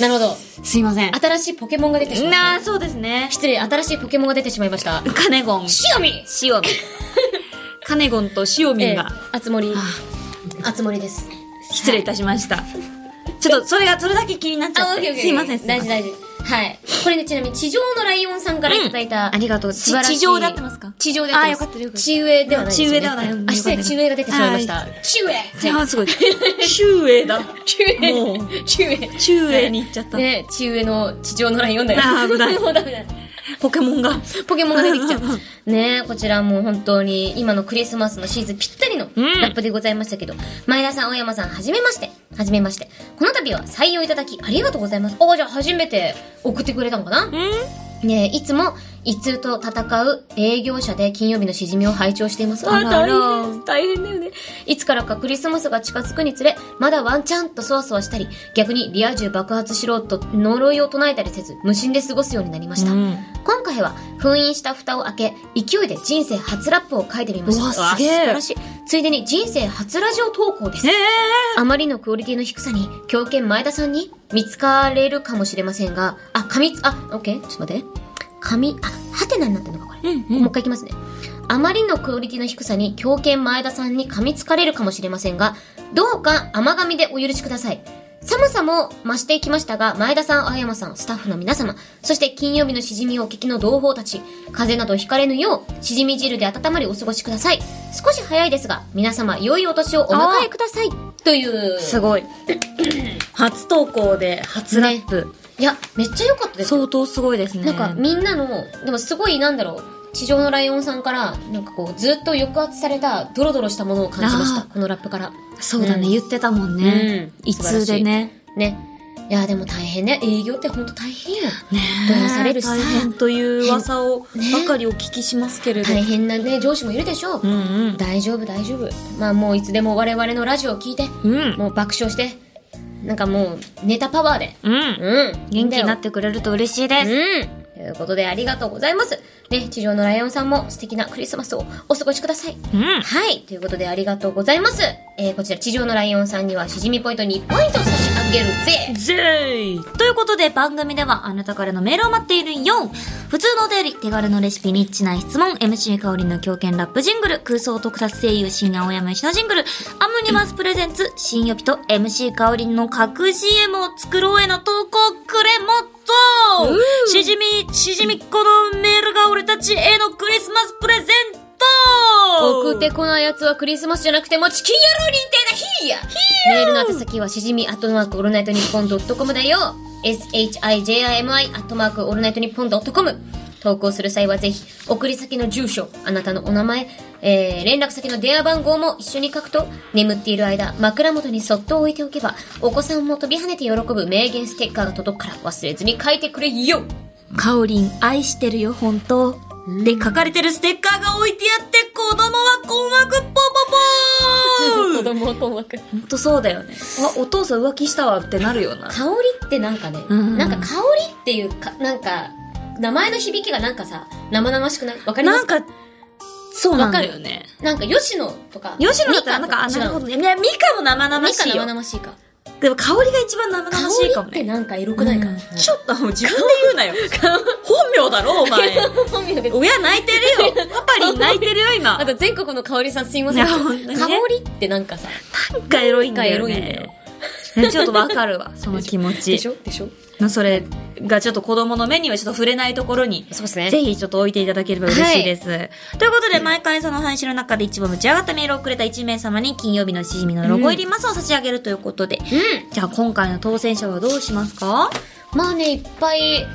なるほど。
すいません。
新しいポケモンが出てしまい
な
ま
あ、
し
そうですね
た。。失礼、新しいポケモンが出てしまいました。
カネゴン。
塩味
塩 味。カネゴンと塩味
ええ
が、
あつ森。あつ森です。
失礼いたしました。ちょっと、それが、それだけ気になっちゃ
あ、
っ
オッケ
て。
ーオッケー。
すいません、すいま
大
せ
事
ん。
大事。はい。これね、ちなみに地上のライオンさんからいただいた。
ありがとう。
素晴らしい
地上で合ってますか
地上でやっ
あ
てます
よかったよかった
地上ではないすよ
地
ね。
上ではない
あ、失礼、地上が出てしまいました。地上
あ、すごい。中英だ。
中
もう
英 中英
中英に行っちゃった。
ね、地上の地上のライン読んだよ。
あー危ない
もうダメだ。
ポケモンが。
ポケモンが出てきちゃう。ねこちらもう本当に今のクリスマスのシーズンぴったりのラップでございましたけど、前田さん、大山さん、はじめまして。はじめまして。この度は採用いただきありがとうございます。ああ、じゃあ初めて送ってくれたのかなねいつも一通と戦う営業者で金曜日のしじみを拝聴しています。あらあら大変だよね。いつからかクリスマスが近づくにつれ、まだワンチャンとそわそわしたり、逆にリア充爆発しろと呪いを唱えたりせず、無心で過ごすようになりました。今回は封印した蓋を開け、勢いで人生初ラップを書いてみました。
うわすげえ
うわ素晴らしい。ついでに人生初ラジオ投稿です。あまりのクオリティの低さに、狂犬前田さんに見つかれるかもしれませんが、あ、紙つ、あ、オッケーちょっと待って。紙、あ、ハテナになってるのか、これ。もう一回いきますね。あまりのクオリティの低さに、狂犬前田さんに噛みつかれるかもしれませんが、どうか甘噛みでお許しください。寒さも増していきましたが、前田さん、青山さん、スタッフの皆様、そして金曜日のしじみをお聞きの同胞たち、風邪などひかれぬよう、しじみ汁で温まりお過ごしください。少し早いですが、皆様、良いお年をお迎えください。という。
すごい。初投稿で初ラップ。
いや、めっちゃ良かったですよ。
相当すごいですね。
なんかみんなの、でもすごいなんだろう、地上のライオンさんから、なんかこう、ずっと抑圧された、ドロドロしたものを感じました。
あー
このラップから。
そうだね、
うん
言ってたもんね。
うん
一通でね。
ね。いや、でも大変ね。営業ってほんと大変よ。
ね
どうされるしさ
大変という噂をばかりお聞きしますけれど。
大変なね、上司もいるでしょう。
うんうん。
大丈夫、大丈夫。まあもういつでも我々のラジオを聞いて、
うん。
もう爆笑して、なんかもう、ネタパワーで。
うん。
うん。
元気になっ
い
てくれると嬉しいで
いん
す。
だようん。ということでありがとうございます。ね、地上のライオンさんも素敵なクリスマスをお過ごしください。
うん。
はい。ということでありがとうございます。えー、こちら、地上のライオンさんには、しじみポイント2ポイント差し上げるぜ
ぜーい
ということで番組ではあなたからのメールを待っているよ普通のお便り、手軽のレシピ、ニッチな質問、MC 香りの狂犬ラップジングル、空想特撮声優、深夜大山石のジングル、アムニマスプレゼンツ、新予備と MC 香りの各 CM を作ろうへの投稿くれもっとしじみ、しじみっこのメールが俺たちへのクリスマスプレゼント
送ってこない奴はクリスマスじゃなくてもチキン野郎認定だヒーヤメールの宛先はしじみアットマークオールナイトニッポンドットコムだよ shijimi アットマークオールナイトニッポンドットコム投稿する際はぜひ、送り先の住所、あなたのお名前、えー、連絡先の電話番号も一緒に書くと、眠っている間、枕元にそっと置いておけば、お子さんも飛び跳ねて喜ぶ名言ステッカーが届くから忘れずに書いてくれよ
カオリン愛してるよ本当で書かれてるステッカーが置いてあって子供は困惑ポポポー
子供を困惑。
ほんとそうだよね。あ、お父さん浮気したわってなるような。
香りってなんかね、
うん
なんか香りっていうか、なんか、名前の響きがなんかさ、生々しくないわかりま
な
す
ん
か
か、そうなんだよね。
なんか、吉野とか。
吉野だったらなんか、あ、
ミカ
なる
と
ほどね。いや、ミカも生
違う
々
ミカ
しいよ
生。々しいか。
でも香りが一番生
香
々しいかも
りって
ね。
なんかエロくないか。
うんちょっともう自分で言うなよ。本名だろ、お前。
本名で す
親泣いて るよ。パパリン泣いてるよ、 今。
あ
な
と全国の香りさんすいません。
いや
香
本当にね
りってなんかさ、
んかエロいんだよ
なんかエロいんだよ
ね。ねちょっとわか るわ、その気持ち。
でしょでしょ
まあそれがちょっと子供の目にはちょっと触れないところに、
そうですね
ぜひちょっと置いていただければ嬉しいです。ということで、毎回その配信の中で一番持ち上がったメールをくれた1名様に金曜日のしじみのロゴ入りマスを差し上げるということで、じゃあ今回の当選者はどうしますか
まあね、いっぱい、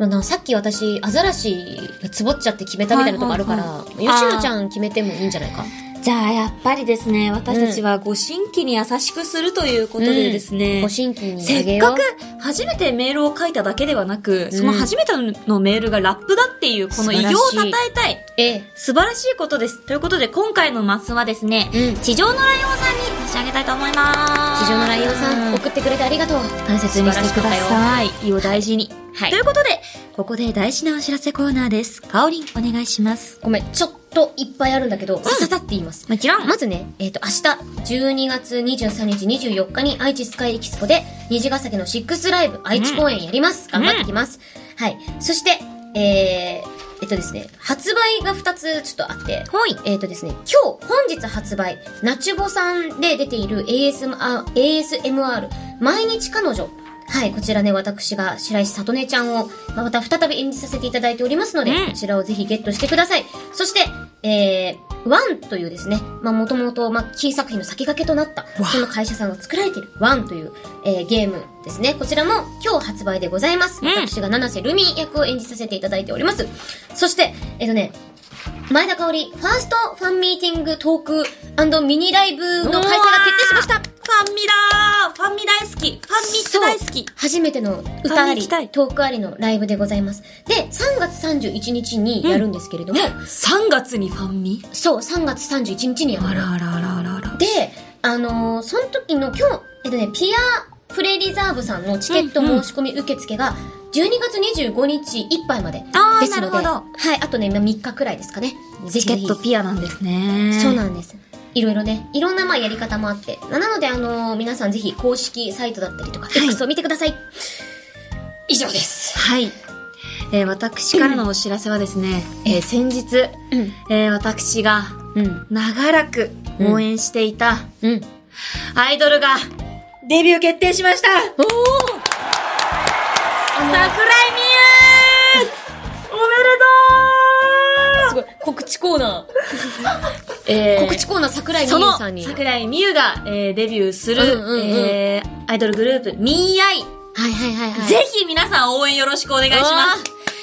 なさっき私、アザラシがつぼっちゃって決めたみたいなとこあるから、
はいはいはい
吉野ちゃん決めてもいいんじゃないか
じゃあやっぱりですね、私たちはご新規に優しくするということでですね、
ご新規に
せ
あげ
っ
よ
か
う
く初めてメールを書いただけではなく、その初めてのメールがラップだっていう、この偉業を称えたい。
ええ
素晴らしいことです。ということで、今回のマスはですね、
うん
地上のライオンさんに差し上げたいと思います。
地上のライオンさん送ってくれてありがとう大切にしてください
さい。胃を大事に。
はい
ということで、ここで大事なお知らせコーナーです。かおりん、お願いします。
ごめんちょっといっぱいあるんだけどさささって言います
もちろん。
まずね、えっ、と、明日、12月23日、24日に愛知スカイエキスポで、虹ヶ崎のシックスライブ、愛知公演やります。頑張ってきます。はい。そして、えー、えっとですね、発売が2つちょっとあって、
はい
えっとですね、今日、本日発売、ナチュボさんで出ている ASMR、ASMR 毎日彼女。はい、こちらね、私が白石里音ちゃんを、まあまた再び演じさせていただいておりますので、
うん
こちらをぜひゲットしてください。そして、えー、ワンというですね、まあ、もともと、まあ、キー作品の先駆けとなった、その会社さんが作られているワンという、えー、ゲームですね。こちらも今日発売でございます。
ん
私が七瀬ルミ役を演じさせていただいております。そして、えっ、とね、前田香織、ファーストファンミーティングトークミニライブの開催が決定しました
ファンミだーファンミ大好きファンミって大好き
初めての歌あ
あ行
り、
きたい
トークありのライブでございます。で、3月31日にやるんですけれども、
3月にファンミ
そう、3月31日にやる
あ。らあらあらあらあら。
で、あのーその時の今日、えっとね、ピアプレリザーブさんのチケット申し込み受付が、12月25日いっぱいまで
あー
ですので、
なるほ
はい、あとね、今3日くらいですかね。
チ
ぜひ
ケ
ぜひ
ットピアなんですね。
そうなんです。いろいろね、いろんなまあやり方もあって。ななので、あのー皆さんぜひ公式サイトだったりとか、X を見てください。以上です。
はい。えー私からのお知らせはですね、えー先日、
うん
えー私が
うん。
長らく応援していた
うん。
アイドルがデビュー決定しましたおお桜井美 優
すごい。告知コーナ
え
ー。
ー
告知コーナー桜井美
そ
優
の
さんに。
桜井美優が、えーデビューする、
うんうんうん
えーアイドルグループ、ミーアイ。
はいはいはいはい。
ぜひ皆さん応援よろしくお願いしま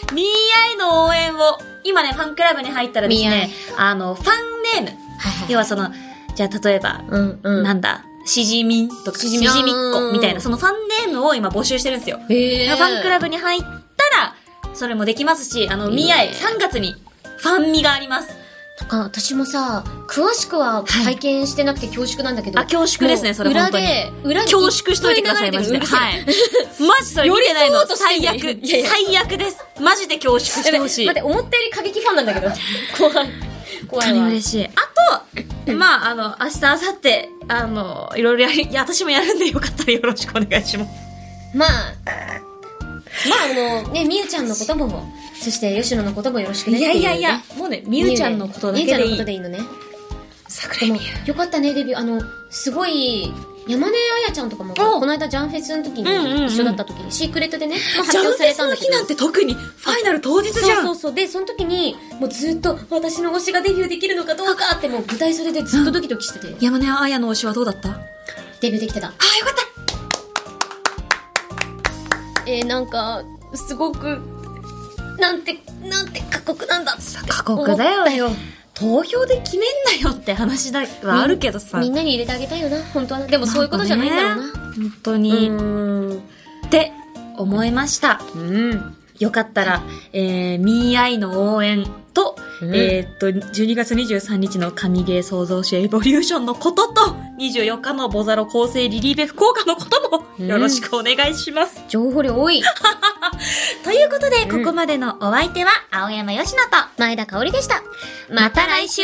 す。ミーアイの応援を、今ね、ファンクラブに入ったらですね、あの、ファンネーム。
はいはい
要はその、じゃあ例えば、
うんうん。
なんだ、しじみんとか、しじ
み
み
ん
っこみたいな、そのファンネームを今募集してるんですよ。
へー
ファンクラブに入ったら、それもできますし、あの、ミーアイ、3月に、ファンミがあります。
なんか私もさ、詳しくは拝見してなくて恐縮なんだけど。
あ恐縮ですね
もう
それ本当に
裏で、裏で。
恐縮しといてください、マジで。
は。
はい い。マジそれ見てない
寄り添お
の
うとしてる
最悪。
いやいや
最悪です。マジで恐縮してほしい。
待って、思ったより過激ファンなんだけ ど。怖い。
本
怖
当
い
に
わ。
嬉しい。あと、まあ、あの、明日、明後日、あの、いろいろやり、いや、私もやるんでよかったらよろしくお願いします。
まあ、まああの、ね、みゆちゃんのことも、そして吉野のこともよろしくね
い
って
や
うね。
いやいや、もうね、みゆちゃんのことだけで
み
い
ゆ
い
ちゃんのこと。でいいのね。
桜
で
井
も
美優。、
よかったね、デビュー。あの、すごい、山根あやちゃんとかも、この間、ジャンフェスの時
うんうんう
に、
ん
一緒だった時に、シークレットでね、まあ
ジ
発
ャン
表
フ
され
ェ
た
ス
ん
の
だけ
日
ど。
なんて特に、ファイナル当日じゃん。
そうそうそう。で、その時に、もうずっと、私の推しがデビューできるのかどうかって、もう舞台袖でずっとドキドキしてて、
山根あやの推しはどうだったあ、よ
デビューできてた。
かった
えー、なんか、すごく、なんて、なんて過酷なんだって。
過酷だよよ。投票で決めんなよって話だはあるけどさ。
みんなに入れてあげたいよな、本当はな。でもそういうことじゃないんだろうな。
かね本当に。って思いました。よかったら、えー、ミーアイの応援と、えーっと、12月23日の神ゲー創造主エボリューションのことと、24日のボザロ構成リリーベ福岡のことも、よろしくお願いします。
情報量多い。
ということで、ここまでのお相手は、青山よしのと、
前田香織でした。
また来週